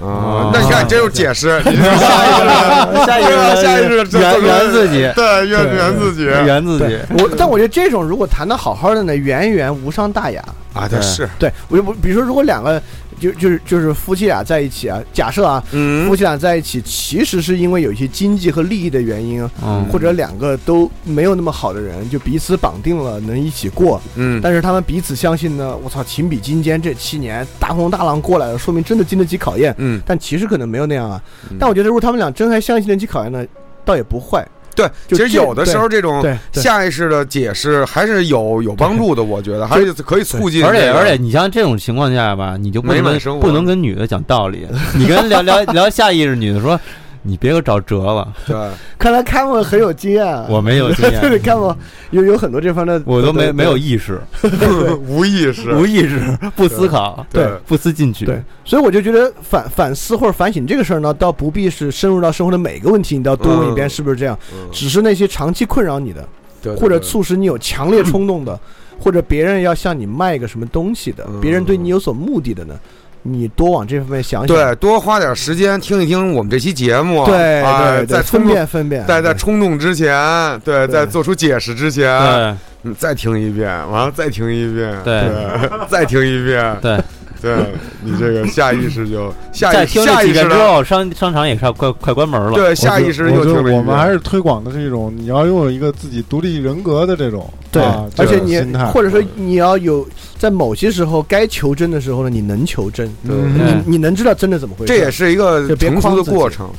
S3: 啊，那你看这就是解释，你就是下意
S5: 下
S3: 识的对吧下意识地
S5: 圆
S3: 做出
S5: 圆自己，
S3: 对，怨怨自己
S5: 圆自己
S4: 对，我，但我觉得这种如果谈的好好的呢，圆一圆无伤大雅。
S3: 啊，对是，
S4: 对我我比如说，如果两个就就是就是夫妻俩在一起啊，假设啊，
S3: 嗯
S4: 夫，妻俩在一起其实是因为有一些经济和利益的原因啊，
S5: 嗯
S4: 或者两个都没有那么好的人，就彼此绑定了能一起过，
S3: 嗯，
S4: 但是他们彼此相信呢，我操，情比金坚，这七年大风大浪过来了，说明真的经得起考验，
S3: 嗯，
S4: 但其实可能没有那样啊
S3: 嗯。
S4: 但我觉得如果他们俩真还相信得起考验呢，倒也不坏。
S3: 对，其
S4: 就
S3: 实
S4: 这
S3: 有的时候这种
S4: 对对
S3: 下意识的解释还是有有帮助的，我觉得还是可以促进这
S5: 而
S3: 个，
S5: 且而且，你像这种情况下吧，你就不
S3: 美
S5: 能
S3: 满
S5: 跟
S3: 生活
S5: 不能跟女的讲道理，你跟聊聊聊下意识女的说， 你别给我找辙了，
S3: 对，
S4: 看来看我很有经验啊，
S5: 我没有经
S4: 对，
S5: 验，
S4: 看我有有很多这方面的，
S5: 我都没
S4: 对
S5: 没有意识，
S3: 无意识，
S5: 无意识，不思考，
S3: 对
S5: 不思进取，
S4: 对，所以我就觉得反反思或者反省这个事儿呢，倒不必是深入到生活的每一个问题，你都要多问一遍
S3: 嗯
S4: 是不是这样。
S3: 嗯
S4: 只是那些长期困扰你的，
S3: 对对
S4: 或者
S3: 对
S4: 促使你有强烈冲动的，或者别人要向你卖个什么东西的
S3: 嗯，
S4: 别人对你有所目的的呢，你多往这方面想想。
S3: 对，多花点时间听一听我们这期节目，
S4: 对
S3: 啊
S4: 对
S3: 在
S4: 对，
S3: 冲
S4: 分
S3: 动，
S4: 辨分辨。
S3: 在在
S4: 对
S3: 冲动之前，对，
S4: 对
S3: 在做出解释之前，嗯
S5: 对
S3: 你再听一遍，完了再听一遍，
S5: 对
S3: 对，再听一遍，
S5: 对，
S3: 对对你这个下意识就下
S5: 再
S3: 意
S5: 听
S3: 下
S5: 这
S3: 意
S5: 几遍
S3: 识
S5: 之
S3: 的，
S5: 后，商商场也快快快关门了。
S3: 对下意识
S2: 我觉
S3: 又听
S2: 得
S3: 了一遍。
S2: 我们还是推广的是一种你要拥有一个自己独立人格的这种
S4: 对
S2: 啊
S3: 这
S4: 而
S2: 这
S4: 且
S2: 种
S4: 你
S2: 心态
S4: 或者说你要有在某些时候该求真的时候呢，你能求真，
S3: 对
S5: 对
S4: 你能知道真的怎么回事。
S3: 这也是一个
S4: 就别
S3: 成
S4: 框
S3: 熟的
S4: 自己
S3: 过程，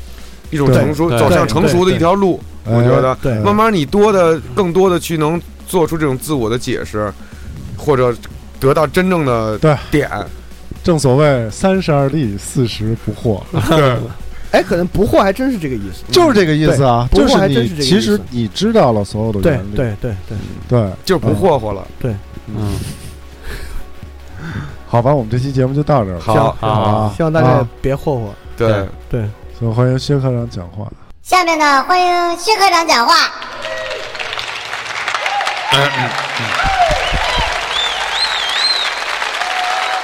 S3: 一种
S2: 对
S3: 成熟
S5: 对
S3: 走向
S4: 对
S3: 成熟的
S4: 对
S3: 一条路。
S2: 哎
S3: 我觉得
S4: 对
S2: 嗯
S3: 慢慢你多的更多的去能做出这种自我的解释，或者得到真正的
S2: 对
S3: 点。
S2: 正所谓三十而立，四十不惑，
S4: 嗯
S3: 对，
S4: 哎，可能不惑还真是这个意思。嗯
S2: 就是这个意思啊。
S4: 对
S2: 就
S4: 不惑还真
S2: 你
S4: 是这个
S2: 其
S4: 意
S2: 实
S4: 思
S2: 你知道了所有的
S4: 对
S2: 原理，嗯
S4: 对对对，
S2: 对，
S3: 就是不霍霍了。
S5: 嗯，
S2: 好吧，我们这期节目就到这儿了。
S3: 好，
S5: 好，
S4: 希望大家
S2: 啊
S4: 别霍霍。
S3: 对
S5: 对，
S4: 对，
S2: 所以欢迎薛科长讲话。
S7: 下面呢，欢迎薛科长讲话。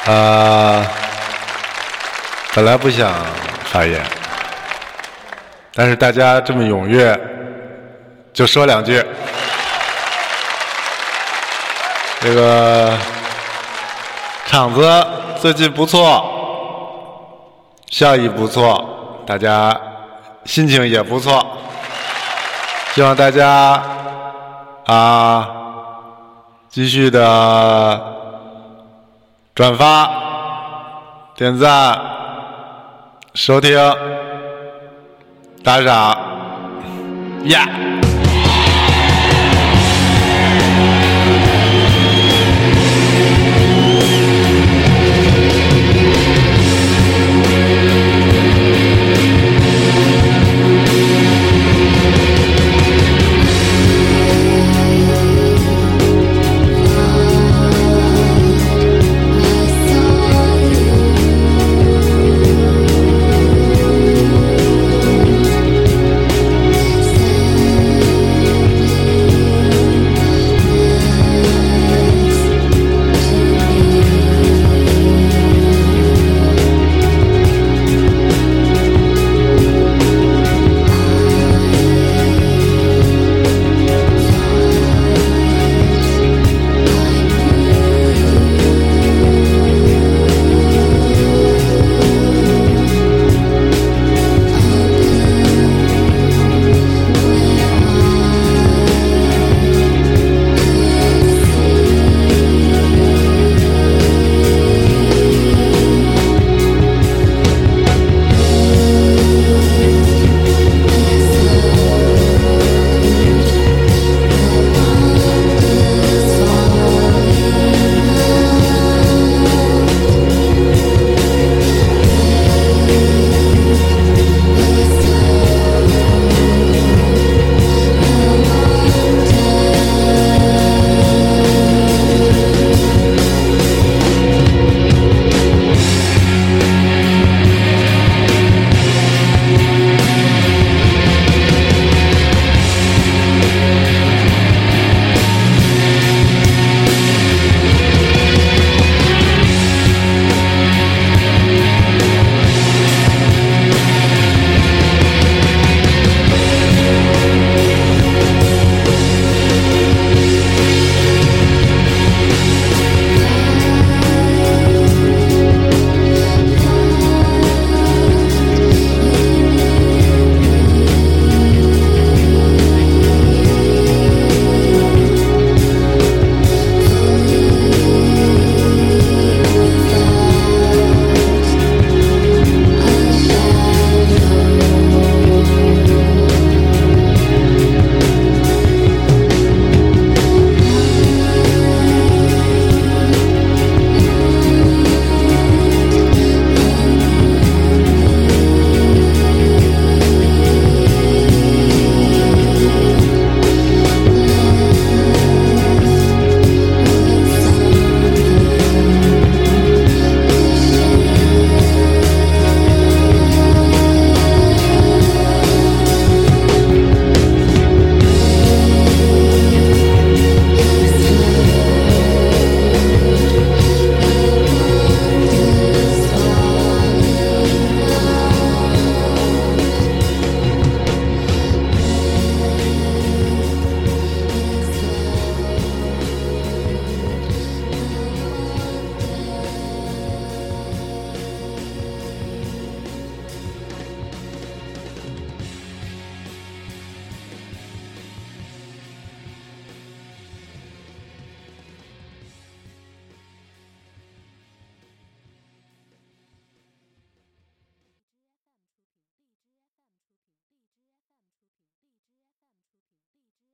S8: 呃，本来不想发言，但是大家这么踊跃，就说两句。这个场子最近不错，效益不错，大家心情也不错，希望大家啊继续的转发、点赞、收听、打赏，呀、yeah!！